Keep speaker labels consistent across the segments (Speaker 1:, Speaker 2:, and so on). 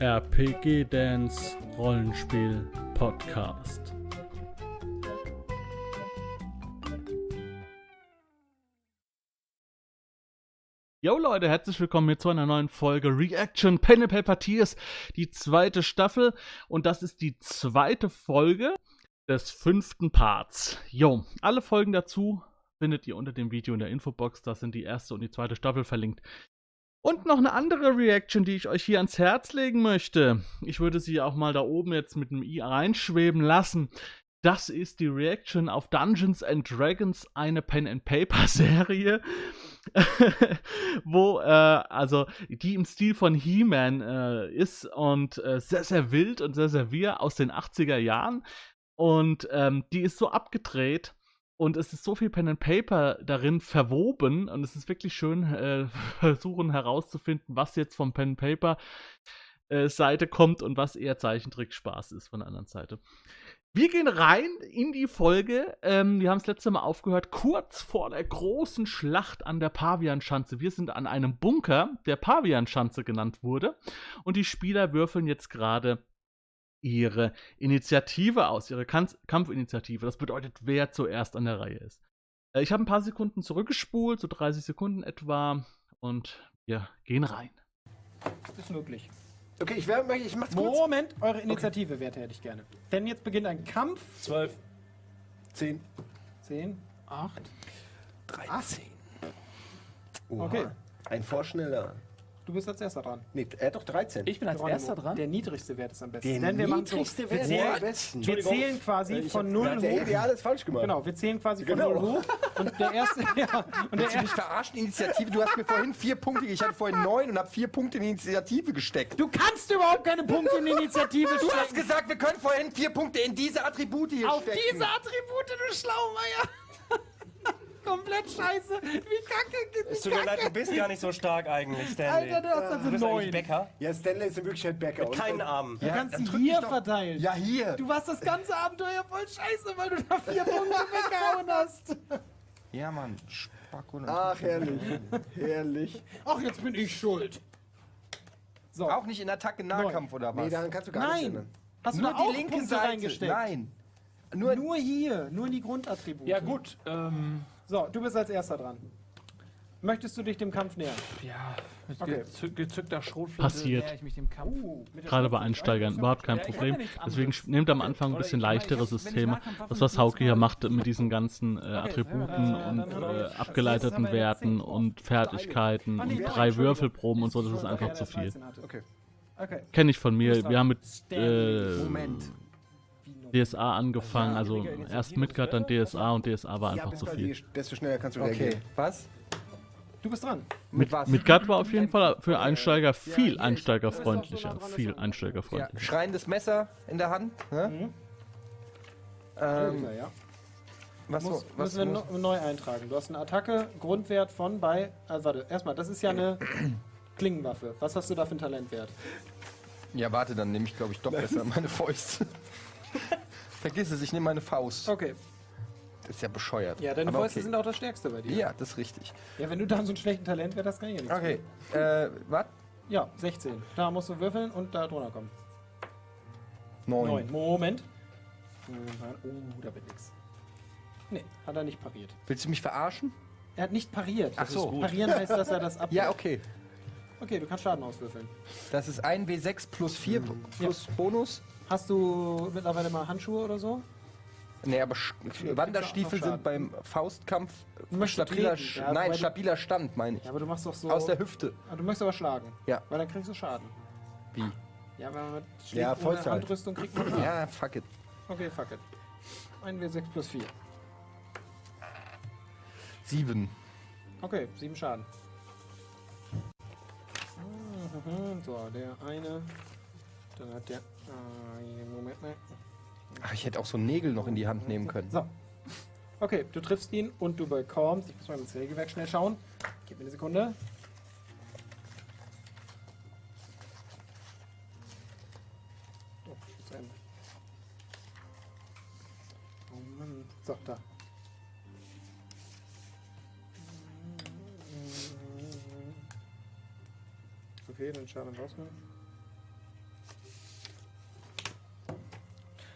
Speaker 1: RPG Dance Rollenspiel Podcast. Yo Leute, herzlich willkommen hier zu einer neuen Folge Reaction Pen and Paper Tears, die zweite Staffel und das ist die zweite Folge des fünften Parts. Jo, alle Folgen dazu findet ihr unter dem Video in der Infobox, da sind die erste und die zweite Staffel verlinkt. Und noch eine andere Reaction, die ich euch hier ans Herz legen möchte. Ich würde sie auch mal da oben jetzt mit einem i reinschweben lassen. Das ist die Reaction auf Dungeons and Dragons, eine Pen and Paper Serie, wo äh, also die im Stil von He-Man äh, ist und äh, sehr sehr wild und sehr sehr wir aus den 80er Jahren und ähm, die ist so abgedreht, und es ist so viel Pen and Paper darin verwoben und es ist wirklich schön, äh, versuchen herauszufinden, was jetzt vom Pen and Paper äh, Seite kommt und was eher Zeichentrick-Spaß ist von der anderen Seite. Wir gehen rein in die Folge. Ähm, wir haben das letzte Mal aufgehört, kurz vor der großen Schlacht an der Pavianschanze. Wir sind an einem Bunker, der Pavianschanze genannt wurde. Und die Spieler würfeln jetzt gerade ihre Initiative aus, ihre Kanz Kampfinitiative. Das bedeutet, wer zuerst an der Reihe ist. Äh, ich habe ein paar Sekunden zurückgespult, so 30 Sekunden etwa, und wir gehen rein.
Speaker 2: Ist möglich.
Speaker 3: Okay, ich, wär, ich mach's kurz.
Speaker 2: Moment, eure Initiative, Werte hätte ich gerne. Denn jetzt beginnt ein Kampf.
Speaker 3: 12, 10,
Speaker 2: 10, 8.
Speaker 3: 13. Oha.
Speaker 2: Okay.
Speaker 3: Ein Vorschneller.
Speaker 2: Du bist als erster dran.
Speaker 3: Nee, er hat doch 13.
Speaker 4: Ich bin als
Speaker 2: Geronimo.
Speaker 4: erster dran.
Speaker 2: Der niedrigste Wert ist am besten.
Speaker 3: Der
Speaker 2: Denn wir machen
Speaker 3: niedrigste
Speaker 2: so,
Speaker 3: Wert
Speaker 2: wir
Speaker 3: ist am besten.
Speaker 2: zählen, wir
Speaker 3: Entschuldigung.
Speaker 2: zählen quasi von
Speaker 3: Da
Speaker 2: 0
Speaker 3: hat der Edi
Speaker 2: hoch.
Speaker 3: alles falsch gemacht.
Speaker 2: Genau, wir zählen quasi
Speaker 3: Genau.
Speaker 2: von 0 hoch. Und der erste, ja, und der
Speaker 5: Willst du mich
Speaker 2: erste.
Speaker 5: verarschen, Initiative? Du hast mir vorhin vier Punkte, ich hatte vorhin neun und habe vier Punkte in die Initiative gesteckt.
Speaker 2: Du kannst überhaupt keine Punkte in die Initiative
Speaker 5: Du hast
Speaker 2: stecken.
Speaker 5: gesagt, wir können vorhin vier Punkte in diese Attribute hier
Speaker 4: Auf
Speaker 5: stecken.
Speaker 4: diese Attribute, du Schlaumeier! Komplett scheiße! Wie kacke
Speaker 6: Es tut mir leid, du bist gar nicht so stark eigentlich, Stanley.
Speaker 2: Alter, du hast also
Speaker 6: du bist eigentlich
Speaker 2: 9.
Speaker 6: Bäcker.
Speaker 3: Ja, Stanley ist in Wirklichkeit Bäcker. Und-
Speaker 6: Keinen Arm.
Speaker 2: Du kannst
Speaker 5: dann
Speaker 2: sie
Speaker 5: drück mich
Speaker 2: hier
Speaker 5: doch.
Speaker 2: verteilen.
Speaker 5: Ja, hier.
Speaker 2: Du warst das ganze Abenteuer voll scheiße, weil du da vier Punkte weggehauen hast.
Speaker 5: Ja, Mann. Spacko und
Speaker 3: Ach, herrlich. herrlich.
Speaker 2: Ach, jetzt bin ich schuld. So.
Speaker 5: Auch nicht in Attacke, Nahkampf oder was?
Speaker 3: Nee, daran kannst du gar nichts
Speaker 2: Nein.
Speaker 3: ändern.
Speaker 2: Hast du
Speaker 5: Nur
Speaker 2: da auch
Speaker 5: die linke
Speaker 2: Punkte
Speaker 5: Seite.
Speaker 2: reingesteckt?
Speaker 5: Nein. Nur,
Speaker 2: Nur hier, nur in die Grundattribute.
Speaker 4: Ja, gut. Ähm,
Speaker 2: So, du bist als erster dran. Möchtest du dich dem Kampf nähern?
Speaker 4: ja, mit
Speaker 2: Okay.
Speaker 4: gezück, gezückter Schrotflinte
Speaker 1: Passiert.
Speaker 4: näher ich mich dem Kampf.
Speaker 2: Oh, Mit der
Speaker 1: Gerade bei
Speaker 2: Schrotflinte
Speaker 1: Einsteigern
Speaker 2: eigentlich?
Speaker 1: überhaupt kein
Speaker 4: Ja, ich hab
Speaker 1: Problem.
Speaker 4: ja nichts anderes.
Speaker 1: Deswegen sch- nehmt am Anfang ein
Speaker 4: Oder
Speaker 1: bisschen
Speaker 4: ich- aber ich
Speaker 1: leichtere
Speaker 4: hab- wenn ich
Speaker 1: Systeme.
Speaker 4: Nahkampfwaffen
Speaker 1: Das, was
Speaker 4: benutze,
Speaker 1: Hauke hier
Speaker 4: dann-
Speaker 1: macht mit diesen ganzen äh, Attributen
Speaker 2: äh,
Speaker 1: und
Speaker 2: dann haben wir
Speaker 1: äh,
Speaker 2: jetzt- das
Speaker 1: abgeleiteten
Speaker 2: ist aber jetzt
Speaker 1: Werten
Speaker 2: zehn vor.
Speaker 1: und Fertigkeiten
Speaker 2: Ah, nee,
Speaker 1: und
Speaker 2: neun,
Speaker 1: drei
Speaker 2: Entschuldigung.
Speaker 1: Würfelproben und so, das ist
Speaker 2: Okay,
Speaker 1: einfach
Speaker 2: der
Speaker 1: zu viel.
Speaker 2: 13 hatte.
Speaker 3: Okay.
Speaker 2: Okay.
Speaker 1: Kenne ich von mir.
Speaker 2: Gustav,
Speaker 1: Wir haben mit
Speaker 2: Stanley,
Speaker 1: äh,
Speaker 5: Moment.
Speaker 1: DSA angefangen,
Speaker 6: Also,
Speaker 1: also
Speaker 6: ja, Initiative
Speaker 1: erst Midgard, dann DSA und DSA war
Speaker 3: Ja,
Speaker 1: einfach zu
Speaker 3: desto,
Speaker 1: viel.
Speaker 3: desto schneller kannst du
Speaker 5: Okay,
Speaker 3: reagieren.
Speaker 5: was?
Speaker 2: Du bist dran.
Speaker 5: Mit was?
Speaker 1: Midgard war auf jeden Fall für Einsteiger viel
Speaker 3: hier,
Speaker 1: einsteigerfreundlicher,
Speaker 2: das ist auch so nah dran,
Speaker 1: viel
Speaker 2: das ist auch-
Speaker 5: ja,
Speaker 1: einsteigerfreundlicher.
Speaker 5: schreiendes Messer in der Hand. Ne? Ähm,
Speaker 2: ja.
Speaker 5: was
Speaker 2: Muss,
Speaker 5: was
Speaker 2: müssen wir no, neu eintragen. Du hast eine Attacke, Grundwert von bei. Also warte, erstmal, das ist ja eine Klingenwaffe. Was hast du da für einen Talentwert?
Speaker 5: Ja, warte, dann nehme ich, glaube ich, doch besser meine Fäuste. Vergiss es, ich nehme meine Faust.
Speaker 2: Okay.
Speaker 5: Das ist ja bescheuert.
Speaker 2: Ja, deine
Speaker 5: Aber
Speaker 2: Fäuste
Speaker 5: okay.
Speaker 2: sind auch das Stärkste bei dir.
Speaker 5: Ja, das ist richtig.
Speaker 2: Ja, wenn du da so einen schlechten Talentwert hast, kann ich ja nichts.
Speaker 5: Okay, äh, was?
Speaker 2: Ja, 16. Da musst du würfeln und da drunter kommen.
Speaker 5: Neun.
Speaker 2: Neun. Moment. Oh, da wird nix. Nee, hat er nicht pariert.
Speaker 5: Willst du mich verarschen?
Speaker 2: Er hat nicht pariert.
Speaker 5: Ach so.
Speaker 2: Parieren heißt, dass er das ab.
Speaker 5: Ja, okay.
Speaker 2: Okay, du kannst Schaden auswürfeln.
Speaker 5: Das ist 1W6 plus 4 plus Bonus.
Speaker 2: Hast du mittlerweile mal Handschuhe oder so?
Speaker 5: Nee, aber Sch Wanderstiefel
Speaker 2: kriegst du auch
Speaker 5: sind
Speaker 2: noch
Speaker 5: beim Faustkampf
Speaker 2: Du möchtest
Speaker 5: stabiler,
Speaker 2: treten,
Speaker 5: Sch-
Speaker 2: ja, wobei
Speaker 5: nein,
Speaker 2: du-
Speaker 5: stabiler Stand, meine ich.
Speaker 2: Ja, aber du machst doch so.
Speaker 5: Aus der Hüfte.
Speaker 2: Ah, du möchtest aber schlagen.
Speaker 5: Ja.
Speaker 2: Weil dann kriegst du Schaden.
Speaker 5: Wie?
Speaker 2: Ja, wenn man mit
Speaker 3: Ja,
Speaker 2: ohne
Speaker 3: Vollzeit.
Speaker 2: Handrüstung kriegt man Schaden.
Speaker 5: Ja, fuck it.
Speaker 2: Okay, fuck it. 1W6 plus 4.
Speaker 5: 7.
Speaker 2: Okay, 7 Schaden. Mhm, So, der eine. Dann hat der. Äh, Moment, ne?
Speaker 5: Ach, ich hätte auch so Nägel noch in die Hand nehmen können.
Speaker 2: So. Okay, du triffst ihn und du bekommst. Ich muss mal ins Regelwerk schnell schauen. Gib mir eine Sekunde. Oh, Schuss ein. Oh Mann. So, da. Okay, den Schaden rausnehmen.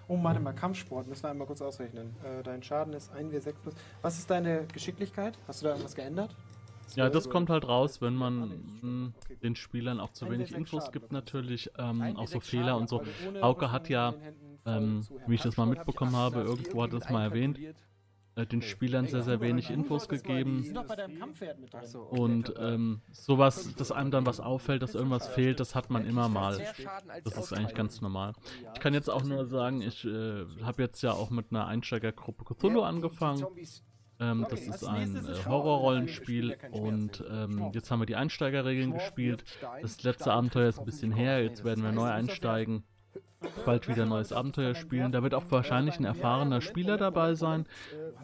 Speaker 2: Oh, warte mal, Kampfsport. Müssen wir einmal kurz ausrechnen. Äh, dein Schaden ist 1W6 plus. Was ist deine Geschicklichkeit? Hast du da irgendwas geändert?
Speaker 1: Ja, das
Speaker 2: Zwölf?
Speaker 1: kommt halt raus, wenn man mh,
Speaker 2: Okay.
Speaker 1: den Spielern auch zu
Speaker 2: Ein
Speaker 1: wenig
Speaker 2: W6
Speaker 1: Infos
Speaker 2: Schaden
Speaker 1: gibt,
Speaker 2: bekommst du.
Speaker 1: natürlich. Ähm,
Speaker 2: Ein
Speaker 1: auch so
Speaker 2: W6 Schaden,
Speaker 1: Fehler und so.
Speaker 2: weil du ohne
Speaker 1: Hauke
Speaker 2: Rüstung
Speaker 1: hat ja,
Speaker 2: mit den Händen voll
Speaker 1: Ähm,
Speaker 2: zuhärtest.
Speaker 1: wie ich das mal mitbekommen habe, irgendwo hat das mal erwähnt, äh, den Spielern sehr, sehr wenig Infos
Speaker 2: Die
Speaker 1: gegeben.
Speaker 2: sind doch bei deinem Kampfwert mit drin.
Speaker 1: Und ähm, sowas, dass einem dann was auffällt, dass irgendwas fehlt, das hat man immer mal. Das ist eigentlich ganz normal. Ich kann jetzt auch nur sagen, ich äh, habe jetzt ja auch mit einer Einsteigergruppe Cthulhu angefangen.
Speaker 3: Zombies.
Speaker 1: Ähm, das ist ein äh, Horrorrollenspiel und ähm, jetzt haben wir die Einsteigerregeln gespielt. Das letzte Abenteuer ist ein bisschen her, jetzt werden wir neu einsteigen. Bald wieder ein neues Abenteuer spielen. Da wird auch wahrscheinlich ein erfahrener Spieler dabei sein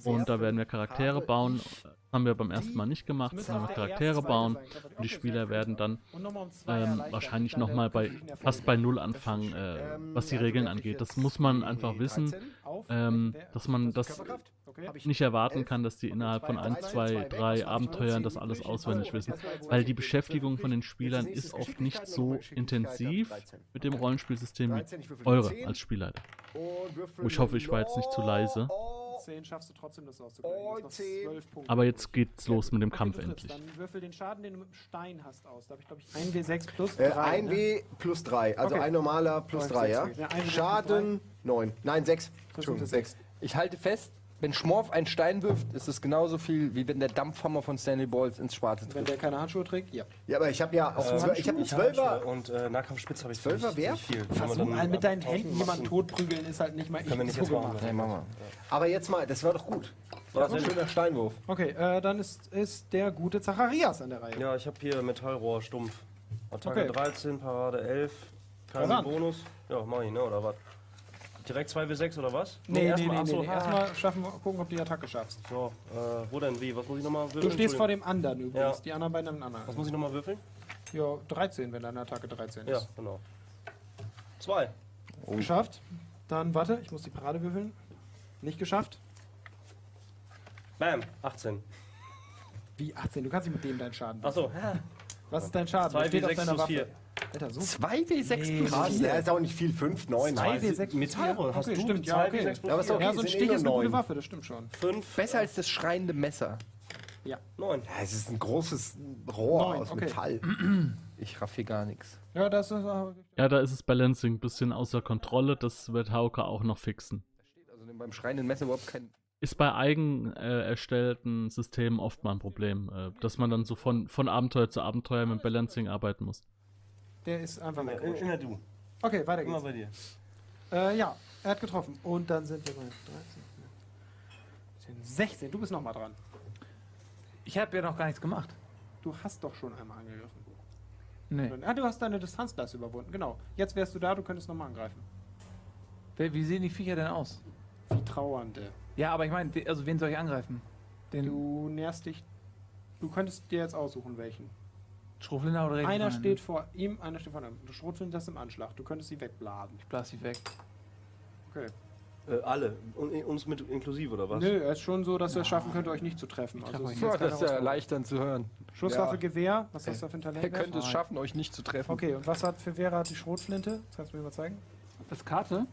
Speaker 1: und da werden wir Charaktere bauen. Das haben wir beim ersten Mal nicht gemacht, sondern wir Charaktere bauen und die Spieler werden dann
Speaker 2: Und nochmal um zwei
Speaker 1: ähm,
Speaker 2: erleichtert.
Speaker 1: wahrscheinlich
Speaker 2: Dann der
Speaker 1: nochmal bei
Speaker 2: kritischen Erfolg.
Speaker 1: fast bei Null anfangen, äh,
Speaker 3: Ähm,
Speaker 1: was
Speaker 3: also
Speaker 1: die Regeln angeht. Das muss man einfach wissen,
Speaker 2: Auf,
Speaker 1: ähm,
Speaker 2: welchen Wert?
Speaker 1: dass man das
Speaker 3: E Körperkraft?
Speaker 2: Okay.
Speaker 3: Hab ich
Speaker 1: nicht erwarten kann, dass die innerhalb von ein, zwei, drei Abenteuern das alles
Speaker 3: Also,
Speaker 1: auswendig wissen. Weil die Beschäftigung von den Spielern ist oft nicht so intensiv mit dem Rollenspielsystem wie eure als Spielleiter. Oh, ich hoffe, ich war jetzt nicht zu leise.
Speaker 2: Zehn schaffst du trotzdem, das auszugleichen.
Speaker 3: Oh,
Speaker 2: Jetzt noch
Speaker 3: zehn.
Speaker 2: zwölf Punkte.
Speaker 1: Aber jetzt geht's los mit dem
Speaker 2: Okay,
Speaker 1: Kampf
Speaker 2: du triffst.
Speaker 1: endlich.
Speaker 2: Dann würfel den Schaden, den du mit dem Stein hast, aus. Da habe ich, glaube ich, 1W6 plus
Speaker 3: Äh,
Speaker 2: 3.
Speaker 3: ein W plus 3, also
Speaker 2: ne? Okay.
Speaker 3: ein normaler plus
Speaker 2: Neun,
Speaker 3: 3,
Speaker 2: sechs,
Speaker 3: ja?
Speaker 2: sechs. Ja, ein W plus
Speaker 3: Schaden 9. Nein, 6. Entschuldigung,
Speaker 2: unter
Speaker 3: 6.
Speaker 5: Ich halte fest, wenn Schmorf einen Stein wirft, ist es genauso viel, wie wenn der Dampfhammer von Stanley Balls ins Schwarze
Speaker 2: Wenn
Speaker 5: trifft.
Speaker 2: der keine Handschuhe trägt, ja.
Speaker 3: Ja, aber ich habe ja auch zwölf- ich hab einen
Speaker 6: Ich habe
Speaker 3: 12er.
Speaker 6: Handschuhe Und äh, Nahkampfspitze habe ich
Speaker 3: Zwölfer
Speaker 6: nicht,
Speaker 3: wer?
Speaker 6: nicht viel. Kann man
Speaker 2: Versuch
Speaker 6: dann
Speaker 2: mal mit deinen
Speaker 6: abtauschen,
Speaker 2: Händen
Speaker 6: machen.
Speaker 2: jemanden totprügeln, ist halt nicht mal
Speaker 6: Können wir nicht jetzt machen.
Speaker 5: Nee, mach mal.
Speaker 3: Aber jetzt mal, das war doch gut. Das war ein schöner Steinwurf.
Speaker 2: Okay, äh, dann ist, ist der gute Zacharias an der Reihe.
Speaker 6: Ja, ich habe hier Metallrohr stumpf. Attacke
Speaker 2: Okay.
Speaker 6: 13, Parade 11. Kein
Speaker 2: Voran.
Speaker 6: Bonus. Ja, mach ich, ne, oder was? Direkt 2W6 oder was?
Speaker 2: Nee, nee, nee,
Speaker 6: erstmal,
Speaker 2: nee,
Speaker 6: ach so,
Speaker 2: nee.
Speaker 6: ah.
Speaker 2: Erstmal schaffen wir, gucken, ob du die Attacke schaffst.
Speaker 6: So, äh, wo denn wie? Was muss ich nochmal würfeln?
Speaker 2: Du stehst vor
Speaker 6: Entschuldigung.
Speaker 2: dem anderen übrigens.
Speaker 6: Ja.
Speaker 2: Die anderen beiden haben einen anderen.
Speaker 6: Was muss ich nochmal würfeln?
Speaker 2: Ja, 13, wenn deine Attacke 13
Speaker 6: Ja,
Speaker 2: ist.
Speaker 6: genau. Zwei.
Speaker 2: Geschafft. Dann warte, ich muss die Parade würfeln. Nicht geschafft.
Speaker 6: Bam, 18.
Speaker 2: Wie 18? Du kannst nicht mit dem deinen Schaden.
Speaker 6: Achso,
Speaker 2: Was ist dein Schaden? Der
Speaker 6: 2
Speaker 2: steht auf
Speaker 6: W6
Speaker 2: deiner
Speaker 6: plus
Speaker 2: Waffe.
Speaker 6: 4.
Speaker 2: Alter, so.
Speaker 5: 2W6
Speaker 2: Nee,
Speaker 5: plus
Speaker 2: das
Speaker 3: Krass,
Speaker 7: Also
Speaker 5: vier.
Speaker 3: der ist auch nicht viel. 5, 9.
Speaker 2: Zwei. W sechs plus
Speaker 6: Metallrohr.
Speaker 2: vier.
Speaker 6: Hast
Speaker 2: Okay,
Speaker 6: du
Speaker 2: stimmt, ja,
Speaker 6: 2
Speaker 2: okay.
Speaker 6: W6
Speaker 3: Ja, aber
Speaker 6: plus
Speaker 3: ist doch
Speaker 6: 4?
Speaker 2: Ja, so ein
Speaker 3: sind eh
Speaker 2: Stich
Speaker 3: nur
Speaker 2: ist eine gute
Speaker 3: neun.
Speaker 2: Waffe, das stimmt schon.
Speaker 6: 5,
Speaker 5: Besser als das schreiende Messer.
Speaker 6: 9.
Speaker 3: Ja, es ist ein großes Rohr
Speaker 2: Neun,
Speaker 3: aus
Speaker 2: okay.
Speaker 3: Metall.
Speaker 5: Ich raff hier gar nichts.
Speaker 2: Ja, das ist. äh,
Speaker 1: Ja, da ist das Balancing ein bisschen außer Kontrolle, das wird Hauke auch noch fixen.
Speaker 5: Also beim schreienden Messer überhaupt kein
Speaker 1: Ist bei eigen äh, erstellten Systemen oft mal ein Problem, äh, dass man dann so von, von Abenteuer zu Abenteuer mit Balancing arbeiten muss.
Speaker 2: Der ist einfach mal.
Speaker 6: In, in der Du.
Speaker 2: Okay, weiter
Speaker 6: äh, Immer
Speaker 2: geht's.
Speaker 6: bei dir.
Speaker 2: Äh, ja, er hat getroffen. Und dann sind wir bei 13. 14, 16, du bist nochmal dran.
Speaker 4: Ich habe ja noch gar nichts gemacht.
Speaker 2: Du hast doch schon einmal angegriffen.
Speaker 4: Nee.
Speaker 2: Ah, du hast deine Distanzgleis überwunden, genau. Jetzt wärst du da, du könntest nochmal angreifen.
Speaker 4: Wer, wie sehen die Viecher denn aus?
Speaker 2: Wie Trauernde.
Speaker 4: Ja, aber ich meine, we- also wen soll ich angreifen? Den
Speaker 2: Du näherst dich. Du könntest dir jetzt aussuchen, welchen.
Speaker 4: Schroflinder oder den
Speaker 2: Einer
Speaker 4: anderen?
Speaker 2: steht vor ihm, einer steht vor ihm. Du schrotfindest das im Anschlag. Du könntest sie wegblasen.
Speaker 4: Ich blas sie weg.
Speaker 2: Okay.
Speaker 6: Äh, alle. Und, uns mit inklusive oder was?
Speaker 2: Nö, es ist schon so, dass ihr es schaffen könnt, euch nicht zu treffen.
Speaker 4: treffe
Speaker 2: Also, es ist
Speaker 4: euch nicht.
Speaker 2: jetzt
Speaker 5: Ja,
Speaker 2: keine
Speaker 5: das ist ja
Speaker 2: Herausforderung.
Speaker 5: erleichternd zu hören.
Speaker 2: Schusswaffe,
Speaker 5: Ja.
Speaker 2: Gewehr. Was hast du da für ein Talent?
Speaker 5: Er könnte es
Speaker 4: Frage.
Speaker 5: schaffen, euch nicht zu treffen.
Speaker 2: Okay, und was hat für Vera hat die Schrotflinte? Das kannst du mir mal zeigen.
Speaker 4: Das Karte?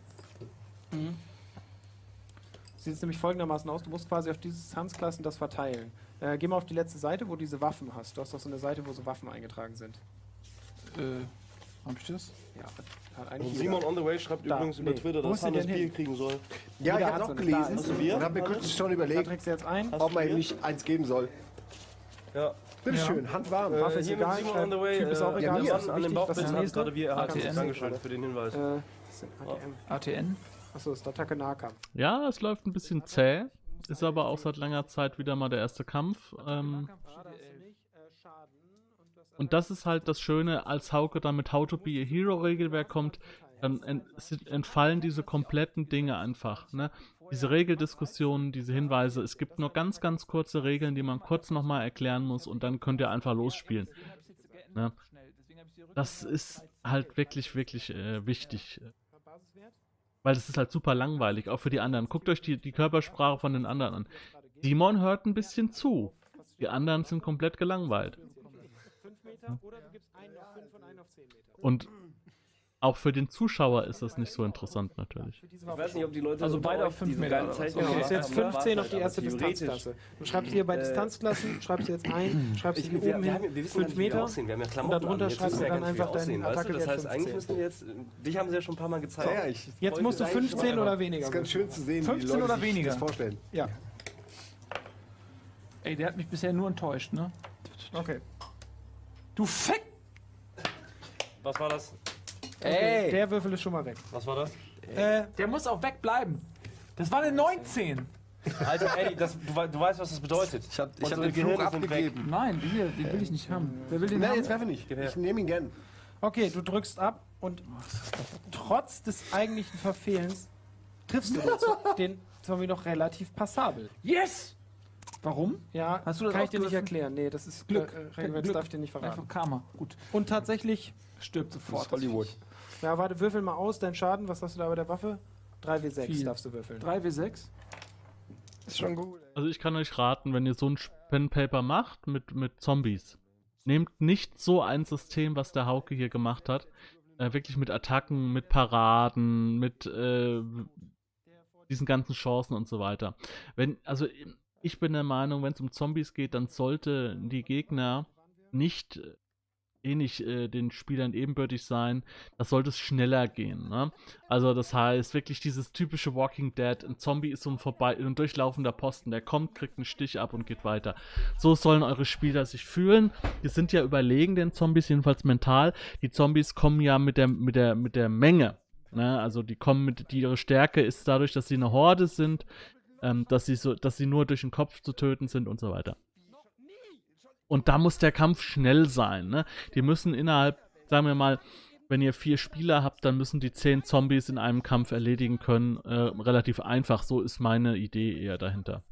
Speaker 2: Sieht es nämlich folgendermaßen aus: Du musst quasi auf dieses Tanzklassen das verteilen. Äh, geh mal auf die letzte Seite, wo du diese Waffen hast. Du hast doch so eine Seite, wo so Waffen eingetragen sind.
Speaker 4: Äh, hab ich das?
Speaker 2: Ja, hat, hat
Speaker 6: Und
Speaker 2: eigentlich
Speaker 6: Simon on the way schreibt
Speaker 2: Da,
Speaker 6: übrigens über
Speaker 2: nee.
Speaker 6: Twitter,
Speaker 2: Wo
Speaker 6: dass
Speaker 2: ist sie
Speaker 6: Hannes
Speaker 2: denn
Speaker 6: Bier
Speaker 2: hin?
Speaker 6: kriegen soll.
Speaker 3: Ja, ich
Speaker 2: Jeder
Speaker 3: habe
Speaker 2: hat
Speaker 3: auch
Speaker 2: so eine. Da
Speaker 3: gelesen
Speaker 2: ist
Speaker 3: und
Speaker 2: sie.
Speaker 3: habe mir kurz schon
Speaker 2: Da
Speaker 3: überlegt,
Speaker 2: trägst du jetzt ein.
Speaker 6: Hast
Speaker 3: ob
Speaker 6: du
Speaker 3: man
Speaker 6: Bier?
Speaker 3: ihm nicht eins geben soll.
Speaker 6: Ja.
Speaker 3: Bitteschön, handwarm.
Speaker 6: Äh,
Speaker 2: Waffe ist
Speaker 6: hier
Speaker 2: egal,
Speaker 6: mit Simon
Speaker 2: schreibt
Speaker 6: on the way.
Speaker 2: Typ ist auch
Speaker 6: äh,
Speaker 2: egal,
Speaker 6: der
Speaker 2: ist nicht
Speaker 6: Mann an dem
Speaker 2: wichtig,
Speaker 6: Bauchbild
Speaker 2: das
Speaker 6: hat
Speaker 2: nächste.
Speaker 6: gerade Oh. wir erhalten.
Speaker 4: ATM.
Speaker 6: Dankeschön für den Hinweis.
Speaker 2: Äh, das sind ATM.
Speaker 4: ATN?
Speaker 2: Achso, ist Attacke Nahkampf.
Speaker 1: Ja, es läuft ein bisschen zäh, ist aber auch seit langer Zeit wieder mal der erste Kampf. Ähm, und das ist halt das Schöne, als Hauke dann mit How to be a Hero Regelwerk kommt, dann ent sind- entfallen diese kompletten Dinge einfach. Ne? Diese Regeldiskussionen, diese Hinweise, es gibt nur ganz, ganz kurze Regeln, die man kurz nochmal erklären muss und dann könnt ihr einfach losspielen. Ne? Das ist halt wirklich, wirklich äh, wichtig. Weil das ist halt super langweilig, auch für die anderen. Guckt euch die, die Körpersprache von den anderen an. Simon hört ein bisschen zu. Die anderen sind komplett gelangweilt.
Speaker 2: Fünf Meter oder du gibst einen auf fünf und einen auf zehn Meter.
Speaker 1: Und Auch für den Zuschauer ist das nicht so interessant natürlich.
Speaker 2: Für diese
Speaker 6: Ich
Speaker 2: Waffe
Speaker 6: weiß nicht, ob die Leute.
Speaker 8: Also
Speaker 6: unter
Speaker 8: beide
Speaker 6: euch
Speaker 8: auf fünf
Speaker 6: diese
Speaker 8: Meter
Speaker 6: geilen
Speaker 8: oder was?
Speaker 6: Zeichen
Speaker 2: Genau, du hast
Speaker 6: gemacht
Speaker 2: jetzt
Speaker 6: haben,
Speaker 2: 15
Speaker 6: aber
Speaker 2: auf die erste
Speaker 6: theoretisch-
Speaker 2: Distanzklasse. Du schreibst hier bei
Speaker 6: Äh,
Speaker 2: Distanzklassen, schreibst du jetzt ein, schreibst
Speaker 6: Ich,
Speaker 2: du
Speaker 6: wir,
Speaker 2: hier
Speaker 6: wir,
Speaker 2: oben
Speaker 6: haben, wir
Speaker 2: hin,
Speaker 6: wissen gar
Speaker 2: 5
Speaker 6: nicht, wie wir
Speaker 2: Meter.
Speaker 6: aussehen. Wir haben ja
Speaker 2: und
Speaker 6: Klamotten
Speaker 2: darunter
Speaker 6: an. Jetzt
Speaker 2: schreibst du
Speaker 6: wissen wir ja
Speaker 2: dann
Speaker 6: gar nicht, wie wir
Speaker 2: einfach deinen
Speaker 6: aussehen, weißt du?
Speaker 2: Attacke
Speaker 6: Das heißt,
Speaker 2: der
Speaker 6: eigentlich
Speaker 2: 15.
Speaker 6: müssten wir jetzt... Dich haben sie ja schon ein paar Mal gezeigt.
Speaker 7: Ja, ja, ich
Speaker 2: Jetzt musst du
Speaker 6: wollte es eigentlich
Speaker 2: 15
Speaker 6: schon
Speaker 2: oder
Speaker 6: einmal.
Speaker 7: ist
Speaker 2: weniger
Speaker 7: ganz
Speaker 2: machen.
Speaker 7: schön zu sehen,
Speaker 8: 15
Speaker 7: wie die Leute
Speaker 8: oder
Speaker 7: sich
Speaker 8: weniger?
Speaker 7: das vorstellen.
Speaker 2: Ja,
Speaker 8: Ey, der hat mich bisher nur enttäuscht, ne?
Speaker 2: okay.
Speaker 8: Du Fett!
Speaker 6: Was war das?
Speaker 2: Ey. Der Würfel ist schon mal weg.
Speaker 6: Was war das?
Speaker 8: Äh, der muss auch wegbleiben. Das war eine 19.
Speaker 6: Alter, Eddie, das, du, wei- du weißt, was das bedeutet.
Speaker 5: Ich habe ich hab
Speaker 6: Unsere
Speaker 5: den Fluch
Speaker 6: Gehirne sind
Speaker 5: abgegeben.
Speaker 8: Nein, den, hier, den will ich nicht haben.
Speaker 2: Äh,
Speaker 8: Wer will den
Speaker 7: Nein,
Speaker 8: haben?
Speaker 7: jetzt werfe nicht. Ich nehme ihn gern.
Speaker 2: Okay, du drückst ab und trotz des eigentlichen Verfehlens triffst du den, Zo- den Zombie noch relativ passabel.
Speaker 8: Yes! Warum?
Speaker 2: Ja,
Speaker 8: Hast du das
Speaker 2: kann ich dir nicht
Speaker 8: aufgegriffen?
Speaker 2: erklären. Nee, das ist
Speaker 8: Glück.
Speaker 2: Äh, äh, Regelwerk
Speaker 8: Glück.
Speaker 2: darf ich dir nicht verraten.
Speaker 8: Einfach Karma. Gut.
Speaker 2: Und tatsächlich,
Speaker 8: Stirbt
Speaker 5: Das ist
Speaker 8: sofort.
Speaker 5: Hollywood.
Speaker 2: ja, warte, würfel mal aus, deinen Schaden. Was hast du da bei der Waffe? 3W6
Speaker 8: Vier.
Speaker 2: darfst du würfeln.
Speaker 8: 3W6.
Speaker 5: Ist schon gut.
Speaker 1: Also ich kann euch raten, wenn ihr so ein Pen and Paper macht mit, mit Zombies, nehmt nicht so ein System, was der Hauke hier gemacht hat. Äh, wirklich mit Attacken, mit Paraden, mit äh, diesen ganzen Chancen und so weiter. Wenn, also ich bin der Meinung, wenn es um Zombies geht, dann sollten die Gegner nicht äh, ähnlich äh, den Spielern ebenbürtig sein. Das sollte es schneller gehen. Ne? Also das heißt wirklich dieses typische Walking Dead, ein Zombie ist so ein vorbei, ein durchlaufender Posten, der kommt, kriegt einen Stich ab und geht weiter. So sollen eure Spieler sich fühlen. Die sind ja überlegen den Zombies jedenfalls mental. Die Zombies kommen ja mit der mit der mit der Menge. Ne? Also die kommen mit die ihre Stärke ist dadurch, dass sie eine Horde sind, ähm, dass sie so, dass sie nur durch den Kopf zu töten sind und so weiter. Und da muss der Kampf schnell sein. Ne? Die müssen innerhalb, sagen wir mal, wenn ihr vier Spieler habt, dann müssen die zehn Zombies in einem Kampf erledigen können. Äh, relativ einfach. So ist meine Idee eher dahinter.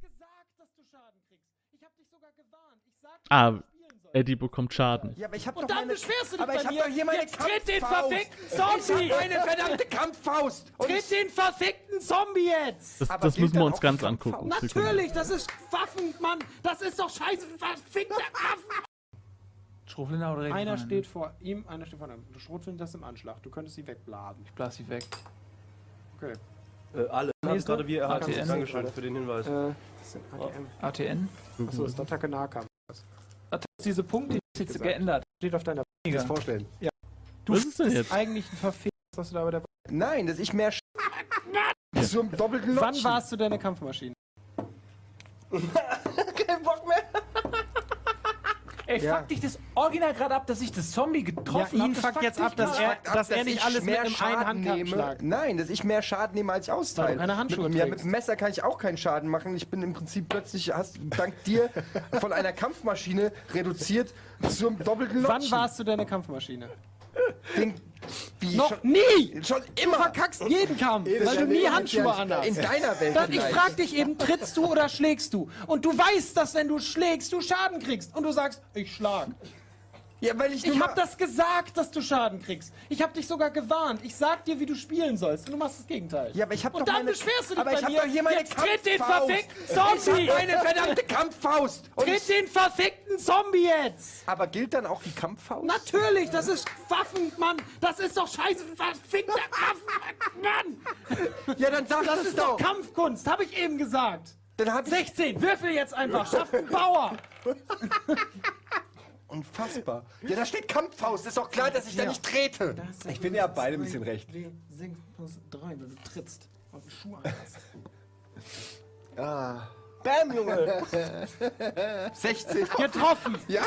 Speaker 1: Ah, Eddie bekommt Schaden.
Speaker 5: Ja, aber ich habe
Speaker 4: Und
Speaker 5: doch
Speaker 4: dann
Speaker 5: meine...
Speaker 4: beschwerst du dich
Speaker 5: Aber
Speaker 4: bei
Speaker 5: ich habe
Speaker 4: mir.
Speaker 5: doch hier meine
Speaker 4: Jetzt tritt den
Speaker 5: Kampffaust.
Speaker 4: verfickten
Speaker 5: Ich
Speaker 4: Zombie.
Speaker 5: hab meine verdammte Kampffaust. Und
Speaker 4: Tritt den verfickten Zombie jetzt.
Speaker 1: Das,
Speaker 5: Aber
Speaker 1: das
Speaker 5: gilt
Speaker 1: müssen wir
Speaker 5: dann
Speaker 1: uns
Speaker 5: auch
Speaker 1: ganz
Speaker 5: die
Speaker 1: angucken. Sekunde.
Speaker 4: Natürlich, das ist Waffen, Mann. Das ist doch scheiße verfickte Waffen.
Speaker 8: Schrofliner oder
Speaker 2: Einer
Speaker 8: Regenfall?
Speaker 2: steht vor ihm, einer steht vor ihm. Du schrotfindest das im Anschlag. Du könntest sie wegbladen.
Speaker 4: Äh.
Speaker 8: Ich blas sie weg.
Speaker 2: Okay.
Speaker 6: Äh, alle.
Speaker 2: Nächste.
Speaker 6: Gerade wir erhalten.
Speaker 8: ATM.
Speaker 6: Dankeschön für den Hinweis.
Speaker 2: Äh, das sind ATM.
Speaker 8: ATN.
Speaker 2: Achso, das ist Attacke Nahkampf.
Speaker 8: Ach,
Speaker 2: Das ist diese Punkt, die
Speaker 8: Ist jetzt
Speaker 2: Gesagt.
Speaker 8: geändert.
Speaker 2: steht auf deiner
Speaker 7: Das vorstellen.
Speaker 8: Du
Speaker 1: Was ist denn jetzt?
Speaker 2: eigentlichen Verfehlung, was du da bei der
Speaker 5: Nein, dass ich mehr... Sch so im doppelten
Speaker 2: Wann
Speaker 5: Lotschen.
Speaker 2: warst du deine Kampfmaschine?
Speaker 5: Kein Bock mehr.
Speaker 8: Ey,
Speaker 5: Ja.
Speaker 8: fuck dich das Original gerade ab, dass ich das Zombie getroffen
Speaker 2: ihn
Speaker 8: hab. Das
Speaker 2: fuckt jetzt ab, dass
Speaker 8: grad
Speaker 2: er-
Speaker 8: ab.
Speaker 5: Fuck ab,
Speaker 2: dass nicht
Speaker 5: ich
Speaker 2: alles mit einem
Speaker 5: Schaden
Speaker 2: Einhandkampf schlagt.
Speaker 5: Nein, dass ich mehr Schaden nehme als ich
Speaker 2: Weil
Speaker 5: austeile.
Speaker 2: du keine Handschuhe
Speaker 5: mit, ja, mit
Speaker 2: trägst.
Speaker 5: dem Messer kann ich auch keinen Schaden machen. Ich bin im Prinzip plötzlich hast, dank dir von einer Kampfmaschine reduziert zum doppelten
Speaker 2: Wann
Speaker 5: Lotschen.
Speaker 2: warst du deine Kampfmaschine?
Speaker 5: Ding, wie
Speaker 2: Noch
Speaker 5: schon,
Speaker 2: nie!
Speaker 5: schon immer
Speaker 2: Verkackst jeden Kampf,
Speaker 7: Jedes
Speaker 2: weil du
Speaker 7: Jahr
Speaker 2: nie
Speaker 7: leben
Speaker 2: Handschuhe
Speaker 7: wir
Speaker 5: in
Speaker 2: anhast.
Speaker 5: deiner Welt.
Speaker 2: Dann, ich
Speaker 5: vielleicht.
Speaker 2: frag dich eben, trittst du oder schlägst du? Und du weißt, dass wenn du schlägst, du Schaden kriegst. Und du sagst, ich schlag.
Speaker 5: ja, weil ich,
Speaker 2: Ich
Speaker 5: nur
Speaker 2: hab
Speaker 5: mal-
Speaker 2: das gesagt, dass du Schaden kriegst. Ich hab dich sogar gewarnt. Ich sag dir, wie du spielen sollst. Und du machst das Gegenteil.
Speaker 5: Ja, aber ich hab
Speaker 2: Und
Speaker 5: doch
Speaker 2: dann
Speaker 5: meine,
Speaker 2: beschwerst du dich
Speaker 5: aber
Speaker 2: bei
Speaker 5: ich hab
Speaker 2: mir.
Speaker 5: doch hier meine
Speaker 2: Jetzt tritt den
Speaker 5: Kampffaust.
Speaker 2: verfickten
Speaker 5: Ich hab meine verdammte Kampffaust. Und
Speaker 2: Tritt
Speaker 5: ich,
Speaker 2: den verfickten Zombie jetzt!
Speaker 5: aber gilt dann auch die Kampffaust?
Speaker 4: Natürlich, das ist Waffen, Mann. Das ist doch scheiße verfickte Waffen, Mann.
Speaker 5: ja, dann sag
Speaker 2: Das ist doch Kampfkunst, habe ich eben gesagt.
Speaker 5: Dann hab ich
Speaker 2: 16, würfel jetzt einfach, schaff einen Bauer.
Speaker 5: unfassbar. Ja, da steht Kampffaust. Ist doch klar, dass ich da nicht trete.
Speaker 7: Ich finde, ihr habt beide ein bisschen recht.
Speaker 2: 6 plus 3, wenn du trittst und einen Schuh anhast.
Speaker 5: Ah. Bam, Junge. 16.
Speaker 2: Getroffen!
Speaker 5: Ja?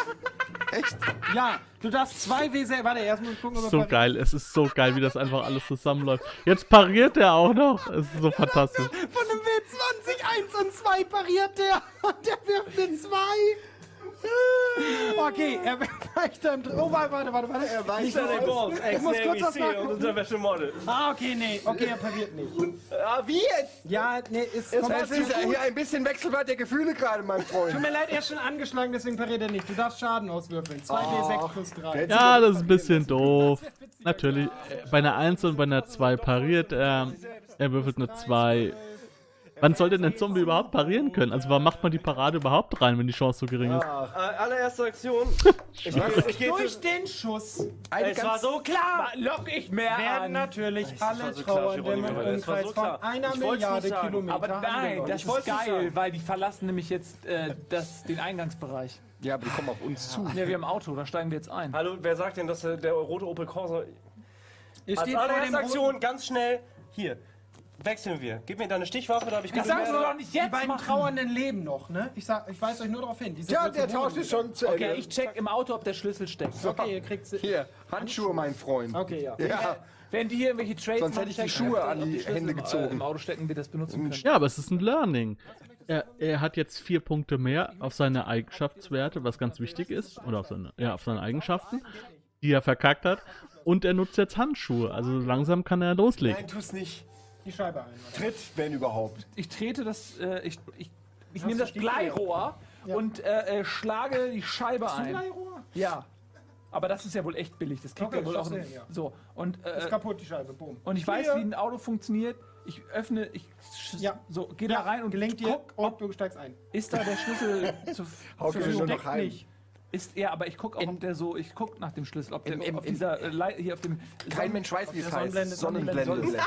Speaker 5: Echt?
Speaker 2: Ja, du darfst 2 W6. Warte, erst mal gucken, ob er
Speaker 1: So
Speaker 2: pariert.
Speaker 1: geil, es ist so geil, wie das einfach alles zusammenläuft. Jetzt pariert er auch noch. Es ist so fantastisch.
Speaker 4: Von einem W20, 1 und 2 pariert der. Und der wirft eine 2.
Speaker 2: Okay, er weicht dann drin. Oh, warte, warte, warte. warte.
Speaker 6: Ich muss
Speaker 2: kurz was machen.
Speaker 6: und Unterwäschemodel.
Speaker 2: Ah, okay, nee. Okay, er pariert nicht.
Speaker 5: Ah, wie jetzt?
Speaker 2: Ja, nee, ist
Speaker 5: Es ist
Speaker 2: komplett.
Speaker 5: hier ein bisschen Wechselbad der Gefühle gerade, mein
Speaker 2: Tut
Speaker 5: Freund.
Speaker 2: mir leid, er ist schon angeschlagen, deswegen pariert er nicht. Du darfst Schaden auswürfeln. 2 W6 plus 3.
Speaker 1: Ja, das ist ein bisschen doof. Natürlich, äh, bei einer 1 und bei einer 2 pariert er. Er würfelt eine 2. Wann soll denn ein Zombie überhaupt parieren können? Also wann macht man die Parade überhaupt rein, wenn die Chance so gering ist?
Speaker 6: Äh, allererste Aktion. Ich,
Speaker 5: weiß-
Speaker 6: ich gehe
Speaker 4: Durch
Speaker 6: für.
Speaker 4: den Schuss
Speaker 5: Eine
Speaker 6: Es war
Speaker 5: ganz,
Speaker 6: so klar.
Speaker 8: Lock ich mehr
Speaker 4: werden
Speaker 8: an.
Speaker 4: natürlich
Speaker 6: war
Speaker 4: alle
Speaker 6: so klar, Geronimo,
Speaker 4: Trauernden im
Speaker 6: das war so
Speaker 4: Umkreis
Speaker 6: klar.
Speaker 4: von einer
Speaker 6: Ich wollt's nicht
Speaker 4: Milliarde
Speaker 6: sagen,
Speaker 4: Kilometer
Speaker 8: Aber nein,
Speaker 4: angenommen.
Speaker 8: das
Speaker 6: Ich
Speaker 8: ist
Speaker 6: wollt's nicht
Speaker 8: geil,
Speaker 6: sagen.
Speaker 8: weil die verlassen nämlich jetzt äh, das, den Eingangsbereich.
Speaker 5: ja, aber die kommen auf uns zu.
Speaker 8: Ja, wir haben Auto, da steigen wir jetzt ein.
Speaker 6: Hallo, wer sagt denn, dass äh, der rote Opel Corsa.
Speaker 4: Ihr
Speaker 6: Als
Speaker 4: steht vor dem
Speaker 6: allererste
Speaker 4: Aktion.
Speaker 6: Aktion, ganz schnell. Hier. Wechseln wir. Gib mir deine Stichwaffe, da habe ich
Speaker 8: Ich sag's
Speaker 6: Gewehr.
Speaker 8: doch nicht
Speaker 4: Die
Speaker 8: jetzt
Speaker 4: beiden
Speaker 8: machen.
Speaker 4: Trauernden leben noch, ne? Ich, sag, ich weise euch nur darauf hin. Die sind
Speaker 5: Ja,
Speaker 4: nur
Speaker 5: der
Speaker 4: zu Boden
Speaker 5: Tausch ist
Speaker 4: gegangen.
Speaker 5: schon zu Ende.
Speaker 8: Okay, ich check im Auto, ob der Schlüssel steckt.
Speaker 4: Okay, ihr kriegt sie.
Speaker 5: Hier, Handschuhe, mein Freund.
Speaker 4: Okay, ja.
Speaker 5: Ja,
Speaker 8: Wenn die hier irgendwelche Trades
Speaker 5: Sonst
Speaker 8: machen,
Speaker 5: hätte ich die
Speaker 8: checken,
Speaker 5: Schuhe
Speaker 8: ob
Speaker 5: an
Speaker 8: ob
Speaker 5: die
Speaker 8: Schlüssel
Speaker 5: Hände
Speaker 8: im, äh,
Speaker 5: gezogen.
Speaker 8: Im Auto stecken wir das benutzen können.
Speaker 1: Ja, aber es ist ein Learning. Er, er hat jetzt vier Punkte mehr auf seine Eigenschaftswerte, was ganz wichtig ist, oder auf seine, ja, auf seine Eigenschaften, die er verkackt hat. Und er nutzt jetzt Handschuhe, also langsam kann er loslegen.
Speaker 7: Nein, tu's nicht.
Speaker 4: Die Scheibe ein.
Speaker 7: Tritt, wenn überhaupt.
Speaker 8: Ich trete das, äh, ich, ich, ich nehme das Bleirohr und äh, äh, schlage die Scheibe ein.
Speaker 4: Bleirohr?
Speaker 8: Ja. Aber das ist ja wohl echt billig. Das kriegt
Speaker 4: Okay,
Speaker 8: ja wohl
Speaker 4: ich
Speaker 8: auch.
Speaker 4: seh's,
Speaker 8: ein-
Speaker 4: ja.
Speaker 8: So. Und,
Speaker 4: Ist
Speaker 8: äh,
Speaker 4: kaputt, die Scheibe. Boom.
Speaker 8: und ich weiß,
Speaker 4: Hier.
Speaker 8: wie ein Auto funktioniert. Ich öffne, ich sch-
Speaker 4: Ja.
Speaker 8: so, gehe
Speaker 4: Ja,
Speaker 8: da rein und
Speaker 4: gelenkt dir
Speaker 8: guck,
Speaker 4: und du steigst ein.
Speaker 8: ist da der Schlüssel zu,
Speaker 7: Haut
Speaker 8: zur
Speaker 7: ihr schon
Speaker 8: Verfügung.
Speaker 7: noch heim.
Speaker 8: Ist er, aber ich gucke auch, ob der so, ich gucke nach dem Schlüssel, ob der
Speaker 5: In- in-
Speaker 8: auf dieser, äh, Lei- hier auf dem,
Speaker 5: kein Mensch weiß, wie es heißt.
Speaker 4: Sonnenblende, Sonnenblende.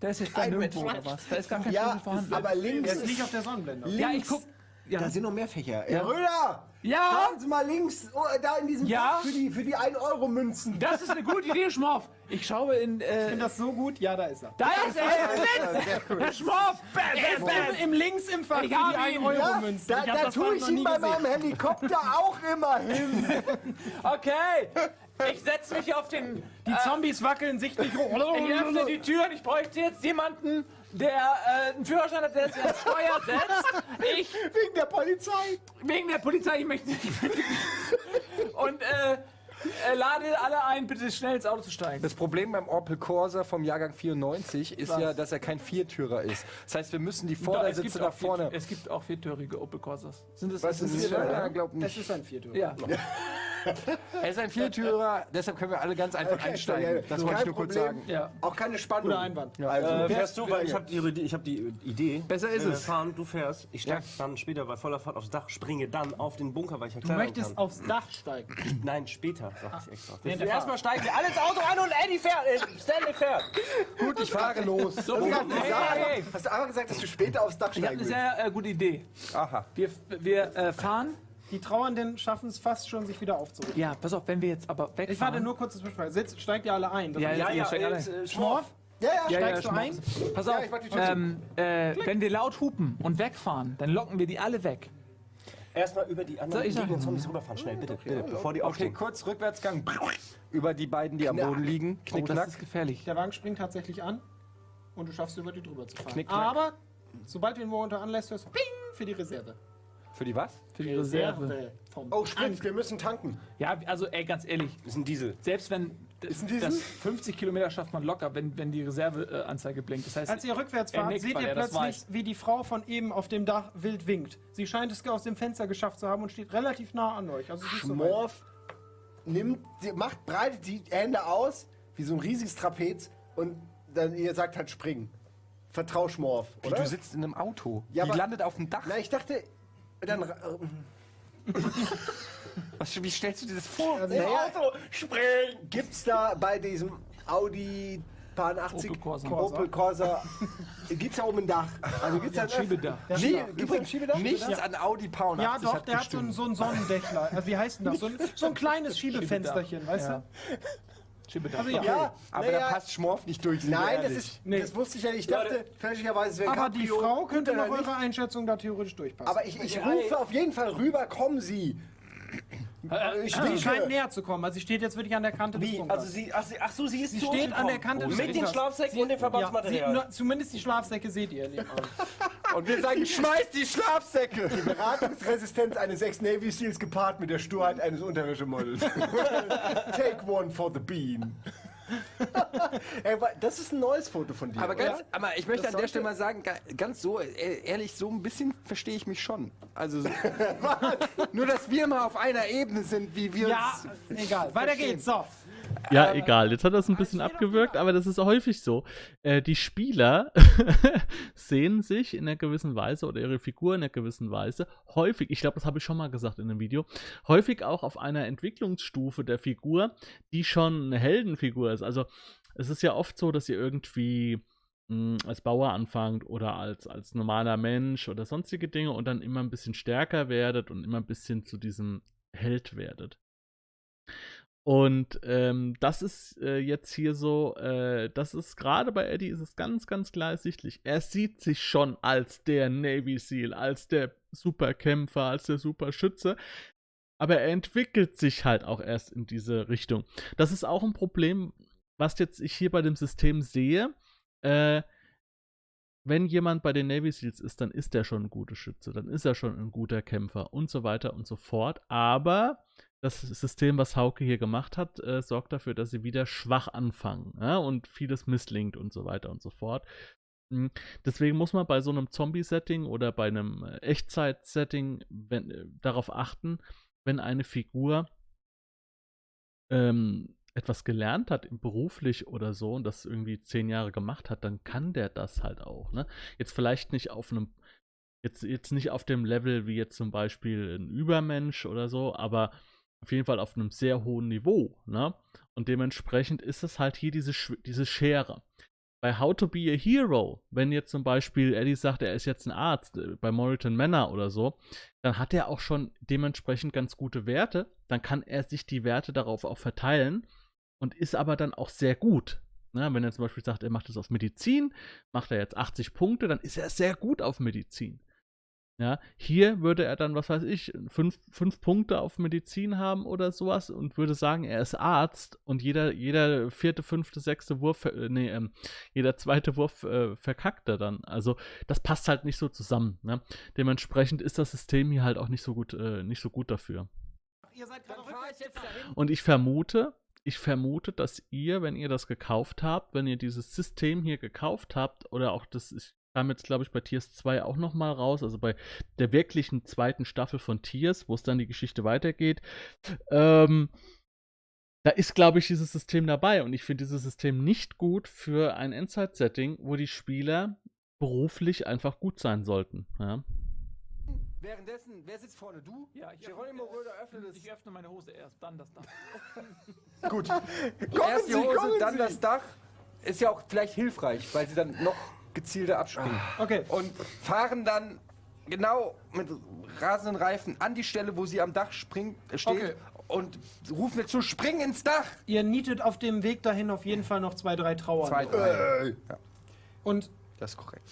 Speaker 8: da ist jetzt da nirgendwo
Speaker 7: Mensch
Speaker 8: oder was, da ist gar kein
Speaker 7: Ja,
Speaker 8: Schlüssel vorhanden.
Speaker 7: aber links.
Speaker 4: Jetzt
Speaker 7: Ist,
Speaker 4: nicht auf der Sonnenblende.
Speaker 7: links
Speaker 8: ja, ich guck, ja.
Speaker 7: Da sind noch mehr Fächer. Herr Röder!
Speaker 8: Ja,
Speaker 7: Fahren Sie mal links, oh, da in diesem
Speaker 8: Ja?
Speaker 7: Fach für die, für die 1-Euro-Münzen.
Speaker 8: das ist eine gute Idee, Schmorf. Ich schaue in,
Speaker 4: Ist
Speaker 8: äh,
Speaker 4: das so gut? Ja, da ist er.
Speaker 8: da ist er, Herr Schmorf,
Speaker 4: Er ist im, im links im Fach für
Speaker 8: Ich
Speaker 4: die
Speaker 8: hab ihn,
Speaker 4: 1
Speaker 7: Ja,
Speaker 4: Euro Münzen.
Speaker 7: da
Speaker 4: Ich hab
Speaker 7: da
Speaker 4: das
Speaker 7: tue
Speaker 4: Fach
Speaker 7: ich
Speaker 4: noch
Speaker 7: ihn
Speaker 4: nie
Speaker 7: bei
Speaker 4: gesehen.
Speaker 7: meinem Helikopter auch immer hin.
Speaker 8: Okay, ich setze mich auf den.
Speaker 4: Die Zombies wackeln sichtlich.
Speaker 8: Ich öffne die Tür und ich bräuchte jetzt jemanden, der äh, einen Führerschein hat, der sich ans Steuer setzt. Ich,
Speaker 7: Wegen der Polizei.
Speaker 8: wegen der Polizei, ich möchte nicht. Und äh, äh, lade alle ein, bitte schnell ins Auto zu steigen.
Speaker 5: Das Problem beim Opel Corsa vom Jahrgang 94 ist
Speaker 8: Was?
Speaker 5: ja, dass er kein Viertürer ist. Das heißt, wir müssen die
Speaker 8: es, gibt
Speaker 5: Vordersitze
Speaker 8: auch
Speaker 5: nach vorne.
Speaker 8: Vier, es gibt auch viertürige Opel Corsas. Sind es
Speaker 5: Was
Speaker 8: sind
Speaker 5: ist
Speaker 8: es
Speaker 5: das?
Speaker 8: Viertürer?
Speaker 5: Ja, glaub nicht.
Speaker 4: Es ist ein Viertel.
Speaker 8: Ja.
Speaker 5: Er ist ein Viertürer, deshalb können wir alle ganz einfach einsteigen. Das wollte ich nur kurz sagen.
Speaker 8: ja.
Speaker 7: Auch keine Spannung.
Speaker 4: Guter Einwand.
Speaker 7: Also,
Speaker 6: Äh, fährst du, weil ich habe die, Idee- ich hab die Idee.
Speaker 5: Besser ist
Speaker 6: wenn wir
Speaker 5: es.
Speaker 6: Fahren, du fährst. Ich steig dann später bei voller Fahrt aufs Dach, springe dann auf den Bunker, weil ich ja
Speaker 4: Du
Speaker 6: kleiner
Speaker 4: möchtest
Speaker 6: kann.
Speaker 4: aufs Dach steigen.
Speaker 6: Nein, später, sag ich extra.
Speaker 4: der Fahrt.
Speaker 6: Erstmal steigen wir alle ins Auto an und Eddie fährt. Äh, Stanley fährt.
Speaker 7: Gut, ich fahre los.
Speaker 8: Hey,
Speaker 7: Sag-
Speaker 8: hey, hey.
Speaker 7: Hast du einmal gesagt, dass du später aufs Dach
Speaker 8: Ich habe eine
Speaker 7: steigen willst?
Speaker 8: sehr äh, gute Idee.
Speaker 5: Aha.
Speaker 8: Wir, wir äh, fahren.
Speaker 4: Die Trauernden schaffen es fast schon, sich wieder aufzuregen.
Speaker 8: Ja, pass auf, wenn wir jetzt aber wegfahren.
Speaker 4: Ich warte nur kurz zur Besprechung. Sitzt, steigt ihr alle ein. Das
Speaker 8: Ja, ja, ja, steig alle.
Speaker 6: äh, Schmorf.
Speaker 4: Schmorf,
Speaker 7: Ja, ja,
Speaker 8: Ja, ja,
Speaker 4: steigst du
Speaker 8: Schmorf.
Speaker 4: ein?
Speaker 8: Pass
Speaker 7: Ja,
Speaker 8: auf,
Speaker 7: ich mach die Tür zu.
Speaker 8: ähm, äh, wenn wir laut hupen und wegfahren, dann locken wir die alle weg.
Speaker 6: Erstmal über die
Speaker 8: Soll
Speaker 6: anderen
Speaker 8: ich sagen?
Speaker 6: liegenden Zombies rüberfahren. Schnell, bitte, bitte, bevor die
Speaker 5: Okay,
Speaker 6: aufstehen.
Speaker 5: kurz Rückwärtsgang. Über die beiden, die am Boden liegen. Knick,
Speaker 8: Oh, das
Speaker 5: knack.
Speaker 8: ist gefährlich.
Speaker 4: Der Wagen springt tatsächlich an und du schaffst es, über die drüber zu fahren.
Speaker 5: Knick, knack.
Speaker 4: Aber sobald du ihn wo unter anlässt, hörst du Ping für die Reserve.
Speaker 5: Für die was?
Speaker 8: Für
Speaker 4: Äh,
Speaker 8: die Reserve.
Speaker 4: Vom
Speaker 7: Oh, Sprit, wir müssen tanken.
Speaker 8: Ja, also ey, ganz ehrlich,
Speaker 6: Ist ein Diesel.
Speaker 8: selbst wenn d-
Speaker 7: Ist ein Diesel?
Speaker 8: das 50 Kilometer schafft man locker, wenn, wenn die Reserveanzeige äh, Anzeige blinkt. Das heißt,
Speaker 4: Als ihr rückwärts
Speaker 8: Er
Speaker 4: fahrt,
Speaker 8: nickt,
Speaker 4: seht
Speaker 8: weil
Speaker 4: ihr
Speaker 8: er das
Speaker 4: plötzlich, wie die Frau von eben auf dem Dach wild winkt. Sie scheint es aus dem Fenster geschafft zu haben und steht relativ nah an euch. Also sie ist nicht so weit.
Speaker 7: Morph nimmt, die- macht breitet die Hände aus, wie so ein riesiges Trapez, und dann ihr sagt halt springen. Vertrau Schmorf,
Speaker 5: Wie,
Speaker 7: oder?
Speaker 5: du sitzt in einem Auto.
Speaker 7: Ja,
Speaker 5: die
Speaker 7: aber-
Speaker 5: landet auf dem Dach.
Speaker 7: Na, ich dachte, dann äh, ra-
Speaker 5: Was, wie stellst du dir das vor?
Speaker 7: im Auto springen. Gibt's da bei diesem Audi Pan 80
Speaker 8: Opel Corsa.
Speaker 7: Opel Corsa gibt's da oben ein Dach? Also gibt's da ein
Speaker 8: Schiebedach.
Speaker 7: Nee, gibt's da ein Schiebedach?
Speaker 5: Nichts an Audi Pound.
Speaker 4: Ja, doch, der hat so ein, so ein Sonnendächler. Also, wie heißt denn das? So ein, so ein kleines Schiebefensterchen, weißt
Speaker 8: Ja.
Speaker 4: du?
Speaker 8: Schiebedach.
Speaker 4: Also, ja.
Speaker 7: Ja,
Speaker 5: Aber
Speaker 7: naja,
Speaker 5: da passt Schmorf nicht durch. sind wir
Speaker 7: Nein, das
Speaker 5: ehrlich.
Speaker 7: ist, das wusste ich ja nicht. Ich dachte, fälschlicherweise es wäre
Speaker 4: Aber die
Speaker 7: Cabrio,
Speaker 4: Frau
Speaker 7: gut,
Speaker 4: könnte
Speaker 7: oder
Speaker 4: nach
Speaker 7: nicht?
Speaker 4: eurer Einschätzung da theoretisch durchpassen.
Speaker 7: Aber ich, ich rufe auf jeden Fall rüber, kommen Sie. Ich
Speaker 4: sie scheint
Speaker 7: winke.
Speaker 4: näher zu kommen. Also, sie steht jetzt wirklich an der Kante des
Speaker 6: Wie?
Speaker 4: Bunkers.
Speaker 6: Also sie, ach, sie, ach so, sie ist Oh,
Speaker 4: Sie
Speaker 6: zu
Speaker 4: steht
Speaker 6: uns
Speaker 4: an der
Speaker 6: gekommen.
Speaker 4: Kante des
Speaker 6: Mit den
Speaker 4: Bunkers.
Speaker 6: Schlafsäcken und dem
Speaker 4: ja, sie,
Speaker 6: Verbandsmaterial.
Speaker 4: nur, zumindest die Schlafsäcke seht ihr. ihr Lieben.
Speaker 5: Und wir sagen, schmeiß die Schlafsäcke!
Speaker 7: Die Beratungsresistenz eines Ex-Navy Seals gepaart mit der Sturheit eines Unterwäschemodels. Take one for the bean. Ey, wa- das ist ein neues Foto von dir.
Speaker 5: Aber, ganz,
Speaker 7: oder?
Speaker 5: aber ich möchte
Speaker 7: Das
Speaker 5: an
Speaker 7: sollte-
Speaker 5: der Stelle mal sagen, ga- ganz so,
Speaker 3: e,
Speaker 5: äh, ehrlich, so ein bisschen verstehe ich mich schon. Also, so- nur dass wir mal auf einer Ebene sind, wie wir
Speaker 4: Ja,
Speaker 5: uns.
Speaker 4: egal. Weiter geht's. So.
Speaker 1: Ja, egal. Jetzt hat das ein bisschen abgewirkt, aber das ist häufig so. Äh, die Spieler sehen sich in einer gewissen Weise oder ihre Figur in einer gewissen Weise häufig, ich glaube, das habe ich schon mal gesagt in einem Video, häufig auch auf einer Entwicklungsstufe der Figur, die schon eine Heldenfigur ist. Also es ist ja oft so, dass ihr irgendwie mh, als Bauer anfangt oder als, als normaler Mensch oder sonstige Dinge und dann immer ein bisschen stärker werdet und immer ein bisschen zu diesem Held werdet. Und ähm, das ist äh, jetzt hier so, äh, das ist gerade bei Eddie ist es ganz, ganz klar ersichtlich. Er sieht sich schon als der Navy Seal, als der Superkämpfer, als der Superschütze. Aber er entwickelt sich halt auch erst in diese Richtung. Das ist auch ein Problem, was jetzt ich hier bei dem System sehe. Äh, wenn jemand bei den Navy Seals ist, dann ist er schon ein guter Schütze, dann ist er schon ein guter Kämpfer und so weiter und so fort. Aber das System, was Hauke hier gemacht hat, äh, sorgt dafür, dass sie wieder schwach anfangen ja, und vieles misslingt und so weiter und so fort. Mhm. Deswegen muss man bei so einem Zombie-Setting oder bei einem äh, Echtzeit-Setting wenn, äh, darauf achten, wenn eine Figur ähm, etwas gelernt hat, beruflich oder so, und das irgendwie zehn Jahre gemacht hat, dann kann der das halt auch. Ne? Jetzt vielleicht nicht auf einem, jetzt, jetzt nicht auf dem Level wie jetzt zum Beispiel ein Übermensch oder so, aber auf jeden Fall auf einem sehr hohen Niveau. Ne? Und dementsprechend ist es halt hier diese, Schw- diese Schere. Bei How to Be a Hero, wenn jetzt zum Beispiel Eddie sagt, er ist jetzt ein Arzt äh, bei Moritan Manor oder so, dann hat er auch schon dementsprechend ganz gute Werte. Dann kann er sich die Werte darauf auch verteilen und ist aber dann auch sehr gut. Ne? Wenn er zum Beispiel sagt, er macht es auf Medizin, macht er jetzt 80 Punkte, dann ist er sehr gut auf Medizin. Ja, hier würde er dann, was weiß ich, fünf, fünf Punkte auf Medizin haben oder sowas und würde sagen, er ist Arzt und jeder, jeder vierte, fünfte, sechste Wurf, äh, nee, ähm, jeder zweite Wurf äh, verkackt er dann. Also das passt halt nicht so zusammen. Ne? Dementsprechend ist das System hier halt auch nicht so gut, äh, nicht so gut dafür.
Speaker 4: Ihr seid gerade rückwärts.
Speaker 1: Und ich vermute, ich vermute, dass ihr, wenn ihr das gekauft habt, wenn ihr dieses System hier gekauft habt, oder auch das ist, kam jetzt, glaube ich, bei Tiers 2 auch nochmal raus, also bei der wirklichen zweiten Staffel von Tiers, wo es dann die Geschichte weitergeht, ähm, da ist, glaube ich, dieses System dabei. Und ich finde dieses System nicht gut für ein Endzeit-Setting, wo die Spieler beruflich einfach gut sein sollten. Ja?
Speaker 3: Währenddessen, wer sitzt vorne? Du?
Speaker 8: Ja, ich
Speaker 3: Geronimo Röder öffnet es.
Speaker 8: Ich öffne meine Hose erst, dann das Dach.
Speaker 5: Gut.
Speaker 3: Erst die Hose, dann das Dach. Ist ja auch vielleicht hilfreich, weil sie dann noch gezielter abspringen.
Speaker 4: Okay,
Speaker 3: Und fahren dann genau mit rasenden Reifen an die Stelle, wo sie am Dach springt, äh, steht.
Speaker 4: Okay. Äh.
Speaker 3: Und rufen dazu, spring ins Dach!
Speaker 4: ihr nietet auf dem Weg dahin auf jeden Fall noch zwei, drei Trauer.
Speaker 3: Zwei, drei.
Speaker 4: Und
Speaker 3: Das ist korrekt.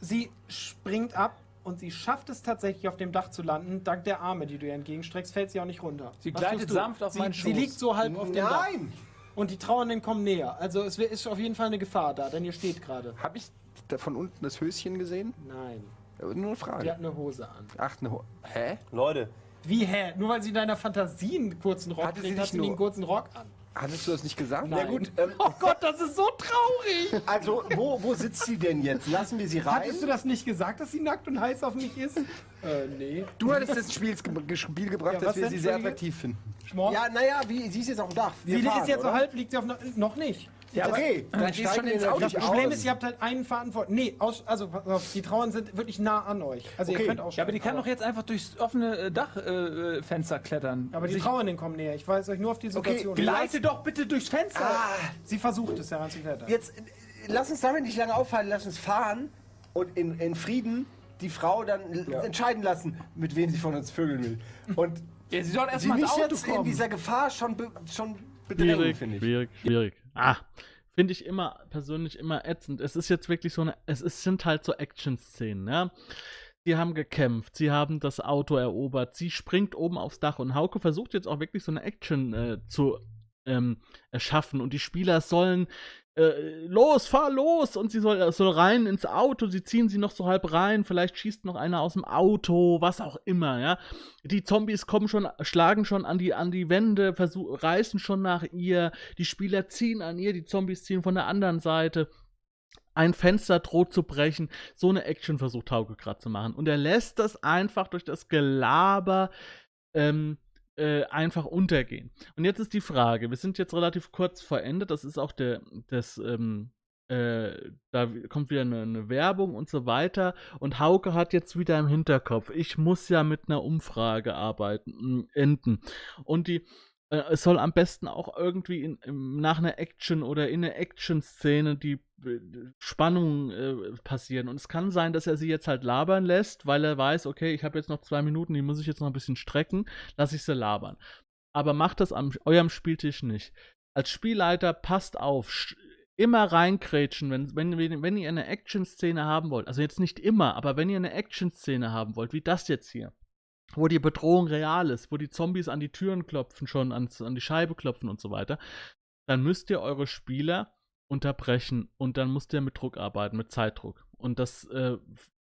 Speaker 4: sie springt ab und sie schafft es tatsächlich auf dem Dach zu landen. Dank der Arme, die du ihr entgegenstreckst, fällt sie auch nicht runter.
Speaker 8: Sie
Speaker 4: Was
Speaker 8: gleitet
Speaker 4: tust du?
Speaker 8: sanft auf
Speaker 4: sie,
Speaker 8: meinen
Speaker 4: Sie
Speaker 8: Schoß. Mhm.
Speaker 4: liegt so halb auf dem Dach.
Speaker 7: Nein!
Speaker 4: Und die Trauernden kommen näher. Also es wi- ist auf jeden Fall eine Gefahr da, denn ihr steht gerade.
Speaker 5: Habe ich da von unten das Höschen gesehen?
Speaker 4: Nein.
Speaker 5: Äh, Nur eine Frage.
Speaker 4: Die hat eine Hose an.
Speaker 5: Ach, eine Ho Hä?
Speaker 6: Leute,
Speaker 4: Wie, hä? Nur weil sie in deiner Fantasie einen kurzen Rock
Speaker 5: Hatte
Speaker 4: trägt,
Speaker 5: sie nicht
Speaker 4: hat sie nie
Speaker 5: nur-
Speaker 4: einen kurzen Rock an.
Speaker 5: Hattest du das nicht gesagt?
Speaker 4: Nein.
Speaker 7: Gut, ähm,
Speaker 4: Oh Gott, das ist so traurig.
Speaker 7: also wo, wo sitzt sie denn jetzt? Lassen wir sie rein?
Speaker 4: Hattest du das nicht gesagt, dass sie nackt und heiß auf mich ist? äh, nee.
Speaker 5: Du hattest das Spiel, ge Spiel gebracht,
Speaker 4: Ja,
Speaker 5: dass
Speaker 4: was
Speaker 5: wir
Speaker 4: denn,
Speaker 5: sie sehr
Speaker 4: Entschuldige?
Speaker 5: attraktiv finden.
Speaker 4: Schmort?
Speaker 7: Ja, naja, wie, sie ist jetzt auf dem Dach. Wir
Speaker 4: sie
Speaker 7: fahren,
Speaker 4: ist jetzt so
Speaker 7: oder?
Speaker 4: halb, liegt sie auf einer... Noch nicht.
Speaker 7: Ja, äh, okay, dann
Speaker 5: gehst schon
Speaker 7: steigen wir
Speaker 5: ins Auto.
Speaker 4: Das
Speaker 7: natürlich
Speaker 4: Problem
Speaker 7: aus.
Speaker 4: ist, ihr habt halt einen Verantwortlichen. Nee, aus, also pass auf, die Trauern sind wirklich nah an euch. Also ihr
Speaker 7: Okay.
Speaker 4: könnt auch
Speaker 8: Ja, aber die kann doch jetzt einfach durchs offene Dachfenster äh, Fenster klettern.
Speaker 4: aber die
Speaker 8: Sich-
Speaker 4: Trauernden kommen näher. Ich weise euch nur auf die Situation. hin.
Speaker 8: Gleite Ah, doch bitte durchs Fenster!
Speaker 4: Sie versucht es heranzuklettern.
Speaker 7: Jetzt äh, lass uns damit nicht lange aufhalten, lass uns fahren und in, in Frieden die Frau dann l- entscheiden lassen, mit wem sie von uns vögeln will. Und
Speaker 8: Ja, sie soll
Speaker 7: sie
Speaker 8: erstmal ins
Speaker 7: nicht
Speaker 8: Auto
Speaker 7: jetzt in
Speaker 8: kommen.
Speaker 7: dieser Gefahr schon, be schon bedrängen,
Speaker 1: Schwierig,
Speaker 7: finde ich.
Speaker 1: schwierig, schwierig. Ah, finde ich immer persönlich immer ätzend. Es ist jetzt wirklich so eine, es ist, sind halt so Action-Szenen, ja. Sie haben gekämpft, sie haben das Auto erobert, sie springt oben aufs Dach und Hauke versucht jetzt auch wirklich so eine Action äh, zu ähm, erschaffen und die Spieler sollen äh, los, fahr los und sie soll, soll rein ins Auto, sie ziehen sie noch so halb rein, vielleicht schießt noch einer aus dem Auto, was auch immer, ja. Die Zombies kommen schon, schlagen schon an die, an die Wände, versuch, reißen schon nach ihr, die Spieler ziehen an ihr, die Zombies ziehen von der anderen Seite. Ein Fenster droht zu brechen, so eine Action versucht Hauke gerade zu machen. Und er lässt das einfach durch das Gelaber ähm, äh, einfach untergehen. Und jetzt ist die Frage, wir sind jetzt relativ kurz vor Ende, das ist auch der, das, ähm, äh, da w- kommt wieder eine, eine Werbung und so weiter. Und Hauke hat jetzt wieder im Hinterkopf, ich muss ja mit einer Umfrage arbeiten, m, enden. Und die, äh, es soll am besten auch irgendwie in, im- nach einer Action oder in einer Action-Szene die äh, Spannung äh, passieren. Und es kann sein, dass er sie jetzt halt labern lässt, weil er weiß, okay, ich habe jetzt noch zwei Minuten, die muss ich jetzt noch ein bisschen strecken, lasse ich sie labern. Aber macht das am eurem Spieltisch nicht. Als Spielleiter passt auf, sch- immer reinkrätschen, wenn, wenn, wenn wenn ihr eine Action-Szene haben wollt. Also jetzt nicht immer, aber wenn ihr eine Action-Szene haben wollt, wie das jetzt hier wo die Bedrohung real ist, wo die Zombies an die Türen klopfen, schon ans, an die Scheibe klopfen und so weiter, dann müsst ihr eure Spieler unterbrechen und dann müsst ihr mit Druck arbeiten, mit Zeitdruck. Und das, äh,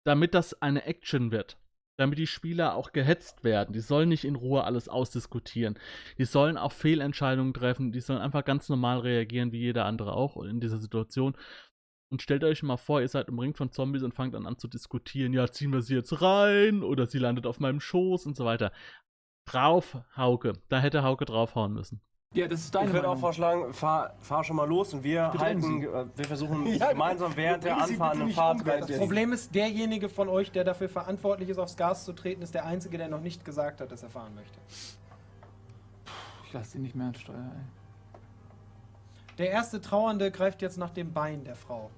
Speaker 1: damit das eine Action wird, damit die Spieler auch gehetzt werden, die sollen nicht in Ruhe alles ausdiskutieren, die sollen auch Fehlentscheidungen treffen, die sollen einfach ganz normal reagieren, wie jeder andere auch in dieser Situation. Und stellt euch mal vor, ihr seid umringt von Zombies und fangt dann an zu diskutieren, ja, ziehen wir sie jetzt rein oder sie landet auf meinem Schoß und so weiter. Drauf, Hauke. Da hätte Hauke draufhauen müssen.
Speaker 8: Ja, das ist deine
Speaker 6: Ich würde auch
Speaker 8: Meinung.
Speaker 6: vorschlagen, fahr, fahr schon mal los und wir halten, äh, wir versuchen gemeinsam während der anfahrenden Fahrt.
Speaker 4: Das Problem ist, derjenige von euch, der dafür verantwortlich ist, aufs Gas zu treten, ist der Einzige, der noch nicht gesagt hat, dass er fahren möchte.
Speaker 8: Ich lasse ihn nicht mehr ansteuern, ey.
Speaker 4: Der erste Trauernde greift jetzt nach dem Bein der Frau.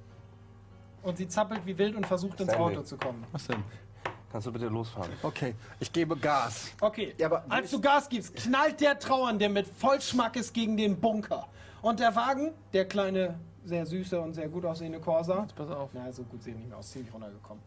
Speaker 4: Und sie zappelt wie wild und versucht ins
Speaker 6: Sandy.
Speaker 4: Auto zu kommen.
Speaker 7: Was denn?
Speaker 6: Kannst du bitte losfahren?
Speaker 7: Okay, ich gebe Gas.
Speaker 4: Okay,
Speaker 7: Ja, aber
Speaker 4: als
Speaker 7: wenn
Speaker 4: du Gas gibst, knallt der Trauernde mit Vollschmackes gegen den Bunker. Und der Wagen, der kleine, sehr süße und sehr gut aussehende Corsa,
Speaker 8: Pass auf.
Speaker 4: na, so gut sehen nicht mehr aus, ziemlich runtergekommen,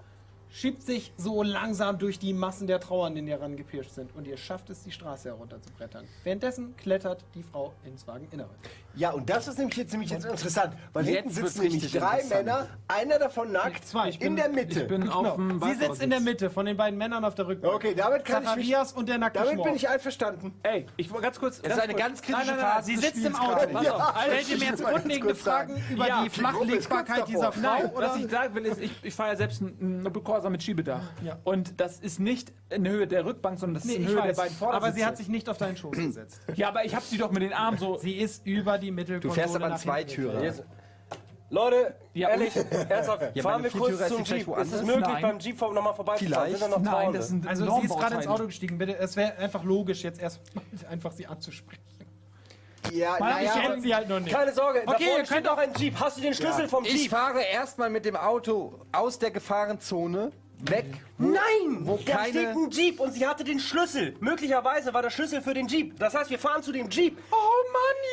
Speaker 4: schiebt sich so langsam durch die Massen der Trauernden, die herangepirscht sind. Und ihr schafft es, die Straße herunterzubrettern. Währenddessen klettert die Frau ins Wageninnere.
Speaker 7: Ja, und das ist nämlich jetzt, nämlich jetzt interessant, weil
Speaker 3: Jetzt
Speaker 7: hinten
Speaker 3: wird's
Speaker 7: sitzen nämlich
Speaker 3: richtig
Speaker 7: drei
Speaker 3: interessant.
Speaker 7: Männer, einer davon nackt,
Speaker 4: Zwei, ich
Speaker 7: in
Speaker 4: bin-
Speaker 7: der Mitte.
Speaker 8: Ich bin auf dem
Speaker 4: Genau. Sie sitzt in der
Speaker 8: Beifahrersitz.
Speaker 4: Mitte von den beiden Männern auf der Rückbank.
Speaker 7: Okay, damit kann ich mich-
Speaker 4: Zacharias und der nackte
Speaker 7: Damit bin
Speaker 4: Schmorf. Äh,
Speaker 7: ich einverstanden.
Speaker 8: Ey, ich wollte ganz kurz.
Speaker 3: Das ist eine ganz
Speaker 4: Nein,
Speaker 3: kritische
Speaker 4: nein, nein,
Speaker 3: Phase.
Speaker 4: sie
Speaker 3: des
Speaker 4: sitzt im
Speaker 3: Spiels
Speaker 4: Auto.
Speaker 3: gerade.
Speaker 4: Pass
Speaker 7: Ja,
Speaker 4: auf.
Speaker 7: das
Speaker 4: Stellt ihr mir
Speaker 7: muss
Speaker 4: jetzt
Speaker 7: man ganz
Speaker 4: grundlegende
Speaker 7: kurz sagen.
Speaker 4: Fragen über
Speaker 8: Ja,
Speaker 4: die
Speaker 8: die
Speaker 4: Flachlegbarkeit
Speaker 7: kurz
Speaker 4: dieser Frau?
Speaker 8: Nein,
Speaker 4: oder?
Speaker 8: was ich sagen will, ist, ich, ich fahre ja selbst einen einen Corsa mit Schiebedach.
Speaker 4: Ja.
Speaker 8: Und das ist nicht in Höhe der Rückbank, sondern das ist
Speaker 4: Nee,
Speaker 8: in
Speaker 4: ich
Speaker 8: Höhe der
Speaker 4: weiß,
Speaker 8: beiden Vordersitze.
Speaker 4: aber sie hat sich nicht auf deinen Schoß gesetzt.
Speaker 8: Ja, aber ich habe sie doch mit den Armen so.
Speaker 4: Sie ist über die
Speaker 3: Du
Speaker 4: Mittelkonsole.
Speaker 3: fährst aber
Speaker 4: nach
Speaker 3: an zwei
Speaker 4: hinten.
Speaker 3: Türen.
Speaker 6: Leute,
Speaker 8: Ja,
Speaker 6: ehrlich, ernsthaft, fahren
Speaker 3: Viertürer
Speaker 6: wir kurz
Speaker 3: ist
Speaker 6: zum
Speaker 3: die vielleicht
Speaker 6: Jeep. Ist
Speaker 3: woanders?
Speaker 6: es möglich,
Speaker 8: Nein.
Speaker 6: beim Jeep vom nochmal vorbeizufahren? Sind da noch
Speaker 8: Nein,
Speaker 6: Frauen?
Speaker 8: das sind
Speaker 4: Also sie ist gerade
Speaker 8: Normbauteile.
Speaker 4: ins Auto gestiegen. Bitte, es wäre einfach logisch, jetzt erst einfach sie anzusprechen.
Speaker 7: Ja,
Speaker 4: Weil ich
Speaker 7: naja,
Speaker 4: kenne sie halt noch nicht.
Speaker 6: Keine Sorge, okay, da
Speaker 4: Okay, ihr
Speaker 6: vorne
Speaker 4: könnt
Speaker 6: steht auch ein Jeep. Hast du den Schlüssel vom Jeep?
Speaker 3: Ich fahre erstmal mit dem Auto aus der Gefahrenzone weg.
Speaker 6: Oh Nein!
Speaker 3: Wo
Speaker 6: da
Speaker 3: keine-
Speaker 6: steht ein Jeep und sie hatte den Schlüssel. Möglicherweise war der Schlüssel für den Jeep. Das heißt, wir fahren zu dem Jeep. Oh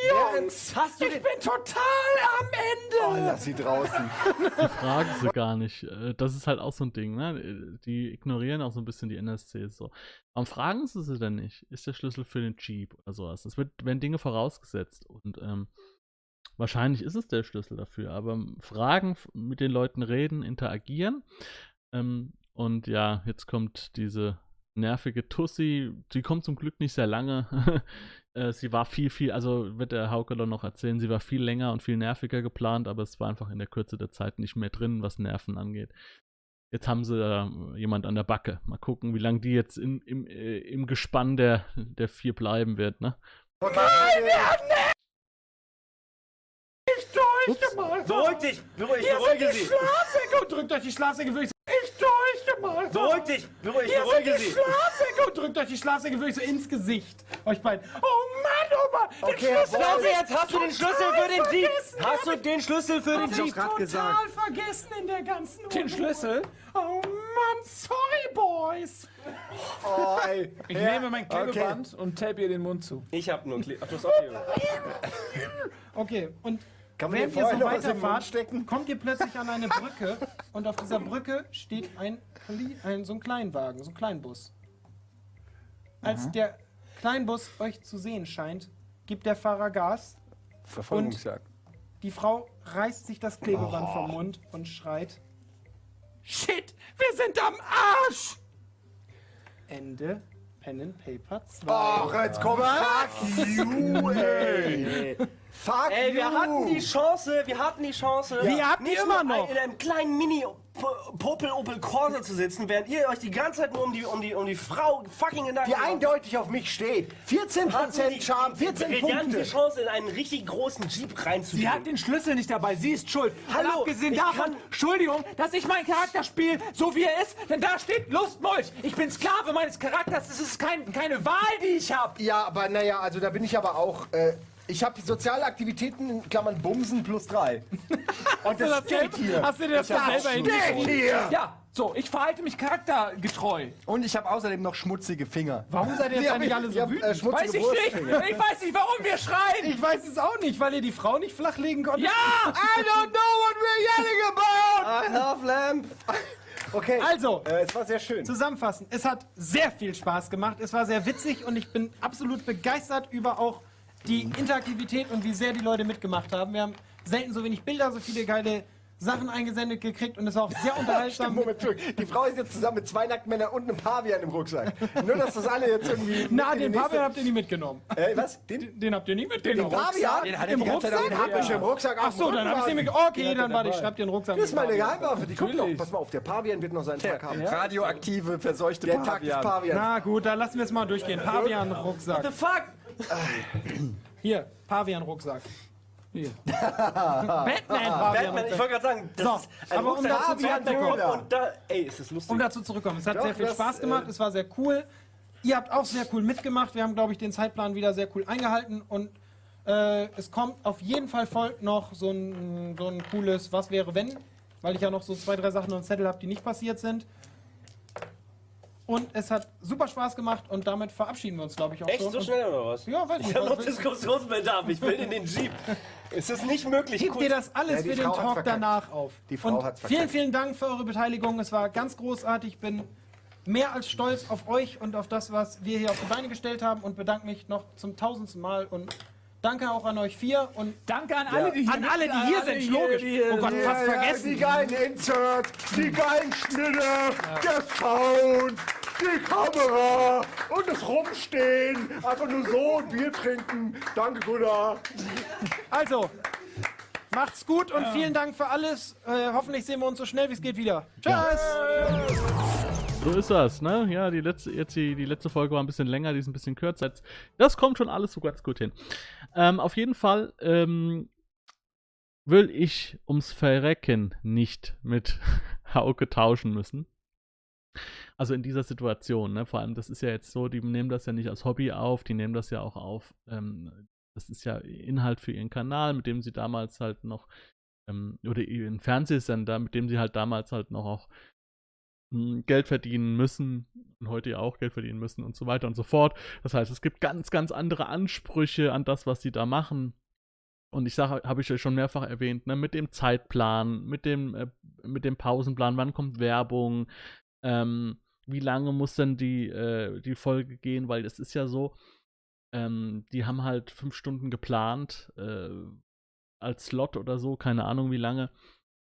Speaker 6: Mann, Jungs! Hast du ich bin total am Ende!
Speaker 7: Oh, lass sie draußen.
Speaker 1: Fragen sie gar nicht. Äh, Das ist halt auch so ein Ding, ne? Die ignorieren auch so ein bisschen die NSCs so. Warum fragen sie sie denn nicht? Ist der Schlüssel für den Jeep oder sowas? Das wird, werden Dinge vorausgesetzt und ähm, wahrscheinlich ist es der Schlüssel dafür, aber fragen, f- mit den Leuten reden, interagieren. Ähm, und ja, jetzt kommt diese nervige Tussi, die kommt zum Glück nicht sehr lange. Äh, sie war viel, viel, also wird der Haukelon noch erzählen, sie war viel länger und viel nerviger geplant, aber es war einfach in der Kürze der Zeit nicht mehr drin, was Nerven angeht. Jetzt haben sie äh, jemand an der Backe. Mal gucken, wie lange die jetzt in, im, äh, im Gespann der, der vier bleiben wird, ne?
Speaker 6: Beruhig dich! Beruhig, beruhige sie!
Speaker 4: Schlafsäcke und drückt euch die Schlafsäcke wirklich so. Ich täuschte mal.
Speaker 6: Beruhig dich! Beruhig,
Speaker 4: Ihr seid
Speaker 6: beruhige
Speaker 4: die
Speaker 6: sie!
Speaker 4: Schlafsäcke und drückt euch die Schlafsäcke wirklich so ins Gesicht. Euch beiden. Oh Mann, oh Mann. Den
Speaker 7: Okay,
Speaker 4: Schlüssel
Speaker 7: Herr
Speaker 4: hab ich
Speaker 6: Also jetzt hast du den Schlüssel für den Jeep! Hast du den Schlüssel für den
Speaker 3: Ich hab's
Speaker 6: Jeep?
Speaker 3: gerade gesagt.
Speaker 4: total vergessen in der ganzen
Speaker 8: Den Schlüssel?
Speaker 4: Oh Mann, sorry, Boys.
Speaker 7: Oh, ey.
Speaker 8: Ich nehme mein Klebeband und tape ihr den Mund zu.
Speaker 6: Ich hab nur Kle Ach, du hast auch Kleber.
Speaker 4: Okay, und
Speaker 7: Kann man
Speaker 4: Wenn
Speaker 7: dir
Speaker 4: ihr
Speaker 7: vorher
Speaker 4: so
Speaker 7: noch was in den Mund
Speaker 4: weiterfahrt,
Speaker 7: stecken?
Speaker 4: kommt ihr plötzlich an eine Brücke und auf dieser Brücke steht ein, Kli- ein so ein Kleinwagen, so ein Kleinbus. Als der Kleinbus euch zu sehen scheint, gibt der Fahrer Gas,
Speaker 5: Verfolgungsjagd.
Speaker 4: die Frau reißt sich das Klebeband
Speaker 7: Oh.
Speaker 4: vom Mund und schreit
Speaker 8: Shit, wir sind am Arsch!
Speaker 4: Ende
Speaker 7: Oh.
Speaker 4: Pen and Paper 2.
Speaker 7: Ach, jetzt komm, fuck you, ey. Fuck
Speaker 6: Ey, wir
Speaker 7: you.
Speaker 6: hatten die Chance, wir hatten die Chance,
Speaker 4: Wir hatten
Speaker 6: nicht
Speaker 4: immer
Speaker 6: mal
Speaker 4: noch.
Speaker 6: in einem kleinen Mini P- Popel Opel Corsa zu sitzen, während ihr euch die ganze Zeit nur um die um die um die Frau fucking Gedanken
Speaker 7: die eindeutig auf mich steht. 14% Charme, 14
Speaker 6: brillante
Speaker 7: Punkte.
Speaker 6: Chance in einen richtig großen Jeep
Speaker 8: Sie hat
Speaker 6: reinzugehen.
Speaker 8: den Schlüssel nicht dabei, sie ist schuld.
Speaker 6: Hallo,
Speaker 8: Und abgesehen
Speaker 6: ich
Speaker 8: davon,
Speaker 6: kann-
Speaker 8: Entschuldigung, dass ich meinen Charakter spiele, so wie er ist, denn da steht Lustmolch. Ich bin Sklave meines Charakters, es ist kein, keine Wahl, die ich habe.
Speaker 7: Ja, aber naja, also da bin ich aber auch. Äh, ich habe die soziale Aktivitäten in Klammern Bumsen plus 3. Und das, steht hier.
Speaker 4: Hast du dir das da selber hingeschrieben?
Speaker 8: Ja, so, ich verhalte mich charaktergetreu.
Speaker 7: Und ich habe außerdem noch schmutzige Finger.
Speaker 4: Warum seid ihr jetzt eigentlich alle so wütend?
Speaker 7: Äh, schmutzige
Speaker 8: Weiß ich nicht,
Speaker 7: Wurstfinger.
Speaker 8: ich weiß nicht, warum wir schreien.
Speaker 4: Ich weiß es auch nicht, weil ihr die Frau nicht flachlegen konntet.
Speaker 8: Ja!
Speaker 7: I don't know what we're yelling about!
Speaker 3: I love Lamp.
Speaker 7: Ah, Okay,
Speaker 4: Also,
Speaker 7: äh, es war sehr schön.
Speaker 4: zusammenfassen. Es hat sehr viel Spaß gemacht. Es war sehr witzig und ich bin absolut begeistert über auch die Interaktivität und wie sehr die Leute mitgemacht haben. Wir haben selten so wenig Bilder, so viele geile Sachen eingesendet gekriegt und es war auch sehr unterhaltsam.
Speaker 7: Moment, Entschuldigung. die Frau ist jetzt zusammen mit zwei nackten Männern und einem Pavian im Rucksack. Nur, dass das alle jetzt irgendwie.
Speaker 4: Na,
Speaker 7: in die
Speaker 4: den
Speaker 7: nächste-
Speaker 4: Pavian habt ihr nie mitgenommen.
Speaker 7: Äh, was? Den,
Speaker 4: Den habt ihr nie mitgenommen.
Speaker 7: Pavian?
Speaker 3: Den
Speaker 7: Den
Speaker 3: hat er
Speaker 4: Im
Speaker 3: die ganze Zeit auf
Speaker 4: Rucksack?
Speaker 3: den
Speaker 7: hab ich im Rucksack
Speaker 4: Ach so, dann hab ich den mit. Okay, dann warte, ich schreib dir einen Rucksack.
Speaker 7: Das ist meine
Speaker 4: mit dem
Speaker 7: Geheimwaffe. Die guckt doch. Pass mal auf, der Pavian wird noch seinen Tag haben.
Speaker 3: Radioaktive, verseuchte
Speaker 7: Der Tag des
Speaker 3: Pavian.
Speaker 7: Pavian.
Speaker 4: Na gut, dann lassen wir es mal durchgehen. Pavian-Rucksack.
Speaker 6: The fuck?
Speaker 4: Hier, Pavian-Rucksack. Batman-Pavian.
Speaker 6: Batman, ich wollte gerade sagen, das
Speaker 4: So,
Speaker 6: ist ein
Speaker 4: aber um
Speaker 6: Rucksack
Speaker 4: dazu
Speaker 6: mit zweiten
Speaker 4: zurückzukommen.
Speaker 6: Kopf und da, ey, ist das lustig.
Speaker 4: Um dazu zurückzukommen, es hat sehr viel
Speaker 7: das,
Speaker 4: Spaß
Speaker 6: äh,
Speaker 4: gemacht, es war sehr cool. Ihr habt auch sehr cool mitgemacht. Wir haben, glaube ich, den Zeitplan wieder sehr cool eingehalten und äh, es kommt auf jeden Fall folgt noch so ein, so ein cooles Was wäre wenn, weil ich ja noch so zwei, drei Sachen und Zettel habe, die nicht passiert sind. Und es hat super Spaß gemacht und damit verabschieden wir uns, glaube ich, auch
Speaker 6: Echt
Speaker 4: schon.
Speaker 6: so
Speaker 4: Und-
Speaker 6: schnell oder was?
Speaker 4: Ja, weiß
Speaker 6: Ich
Speaker 4: nicht.
Speaker 6: habe
Speaker 4: was
Speaker 6: noch
Speaker 4: willst du?
Speaker 6: Diskussionsbedarf, ich will in den Jeep. Es ist nicht möglich.
Speaker 4: Gebt
Speaker 6: kurz-
Speaker 4: ihr das alles
Speaker 7: Ja, die
Speaker 4: für den
Speaker 7: Frau hat's
Speaker 4: Talk
Speaker 7: verkackt.
Speaker 4: danach auf.
Speaker 7: Die Frau
Speaker 4: Und
Speaker 7: hat's verkackt.
Speaker 4: vielen, vielen Dank für eure Beteiligung. Es war ganz großartig. Ich bin mehr als stolz auf euch und auf das, was wir hier auf die Beine gestellt haben und bedanke mich noch zum tausendsten Mal und danke auch an euch vier und
Speaker 8: Danke an alle, die hier,
Speaker 4: an alle, die hier sind. Logisch. Oh Gott, fast
Speaker 7: Die
Speaker 4: vergessen.
Speaker 7: geilen Inserts, die geilen Schnitte, der Sound, die Kamera und das Rumstehen. Einfach nur so ein Bier trinken. Danke, Gunnar.
Speaker 4: Also, macht's gut und vielen Dank für alles. Äh, hoffentlich sehen wir uns so schnell wie es geht wieder. Tschüss.
Speaker 1: So ist das, ne? Ja, die letzte, jetzt die, die letzte Folge war ein bisschen länger, die ist ein bisschen kürzer. Jetzt, das kommt schon alles so ganz gut hin. Ähm, auf jeden Fall ähm, will ich ums Verrecken nicht mit Hauke tauschen müssen. Also in dieser Situation, ne? Vor allem, das ist ja jetzt so, die nehmen das ja nicht als Hobby auf, die nehmen das ja auch auf. Ähm, das ist ja Inhalt für ihren Kanal, mit dem sie damals halt noch, ähm, oder ihren Fernsehsender, mit dem sie halt damals halt noch auch mh, hm, Geld verdienen müssen und heute ja auch Geld verdienen müssen und so weiter und so fort. Das heißt, es gibt ganz, ganz andere Ansprüche an das, was sie da machen. Und ich sage, habe ich ja schon mehrfach erwähnt, ne, mit dem Zeitplan, mit dem, äh, mit dem Pausenplan, wann kommt Werbung, ähm, wie lange muss denn die, äh, die Folge gehen, weil es ist ja so, ähm, die haben halt fünf Stunden geplant, äh, als Slot oder so, keine Ahnung wie lange.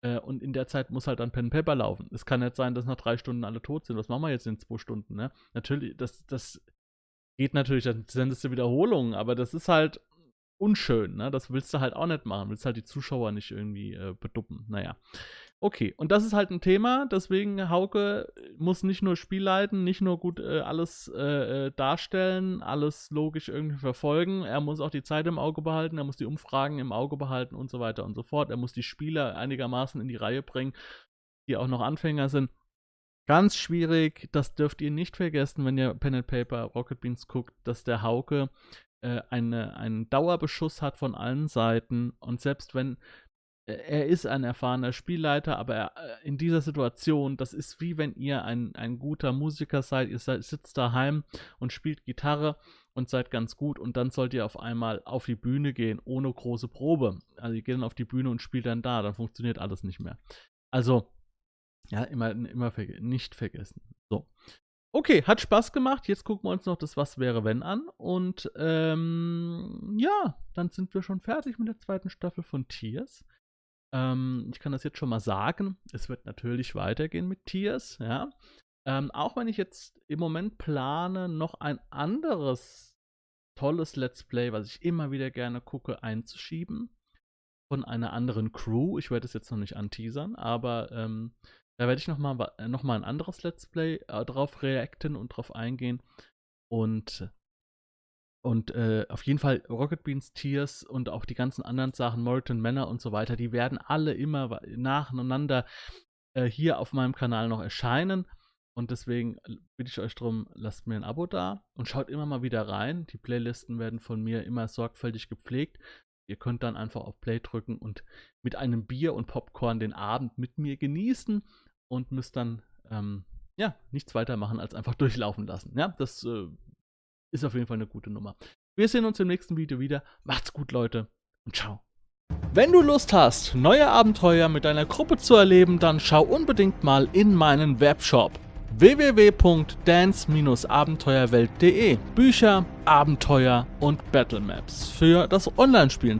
Speaker 1: Äh, und in der Zeit muss halt dann Pen and Paper laufen. Es kann nicht sein, dass nach drei Stunden alle tot sind. Was machen wir jetzt in zwei Stunden, ne? Natürlich, das, das geht natürlich, dann sendest du Wiederholungen, aber das ist halt unschön, ne? Das willst du halt auch nicht machen. Willst halt die Zuschauer nicht irgendwie äh, beduppen. Naja. Okay, und das ist halt ein Thema, deswegen Hauke muss nicht nur Spiel leiten, nicht nur gut äh, alles äh, äh, darstellen, alles logisch irgendwie verfolgen, er muss auch die Zeit im Auge behalten, er muss die Umfragen im Auge behalten und so weiter und so fort, er muss die Spieler einigermaßen in die Reihe bringen, die auch noch Anfänger sind. Ganz schwierig, das dürft ihr nicht vergessen, wenn ihr Pen and Paper Rocket Beans guckt, dass der Hauke äh, eine, einen Dauerbeschuss hat von allen Seiten und selbst wenn Äh, er ist ein erfahrener Spielleiter, aber er, äh, in dieser Situation, das ist wie wenn ihr ein, ein guter Musiker seid, ihr seid, sitzt daheim und spielt Gitarre und seid ganz gut und dann sollt ihr auf einmal auf die Bühne gehen, ohne große Probe. Also ihr geht dann auf die Bühne und spielt dann da, dann funktioniert alles nicht mehr. Also, ja, immer, immer verge nicht vergessen. So. Okay, hat Spaß gemacht. Jetzt gucken wir uns noch das Was wäre wenn an. Und ähm, ja, dann sind wir schon fertig mit der zweiten Staffel von Tears. Ähm, ich kann das jetzt schon mal sagen. Es wird natürlich weitergehen mit Tiers, ja. Ähm, auch wenn ich jetzt im Moment plane, noch ein anderes tolles Let's Play, was ich immer wieder gerne gucke, einzuschieben. Von einer anderen Crew. Ich werde es jetzt noch nicht anteasern, aber ähm, da werde ich nochmal wa- äh, noch mal ein anderes Let's Play äh, drauf reacten und drauf eingehen. Und, und äh, auf jeden Fall Rocket Beans, Tears und auch die ganzen anderen Sachen, Moritan Manor und so weiter, die werden alle immer wa- nacheinander äh, hier auf meinem Kanal noch erscheinen. Und deswegen äh, bitte ich euch drum, lasst mir ein Abo da und schaut immer mal wieder rein. Die Playlisten werden von mir immer sorgfältig gepflegt. Ihr könnt dann einfach auf Play drücken und mit einem Bier und Popcorn den Abend mit mir genießen und müsst dann ähm, ja nichts weiter machen als einfach durchlaufen lassen. Ja, das äh, ist auf jeden Fall eine gute Nummer. Wir sehen uns im nächsten Video wieder. Macht's gut, Leute und ciao. Wenn du Lust hast, neue Abenteuer mit deiner Gruppe zu erleben, dann schau unbedingt mal in meinen Webshop www.dance-abenteuerwelt.de Bücher, Abenteuer und Battlemaps für das Online-Spielen.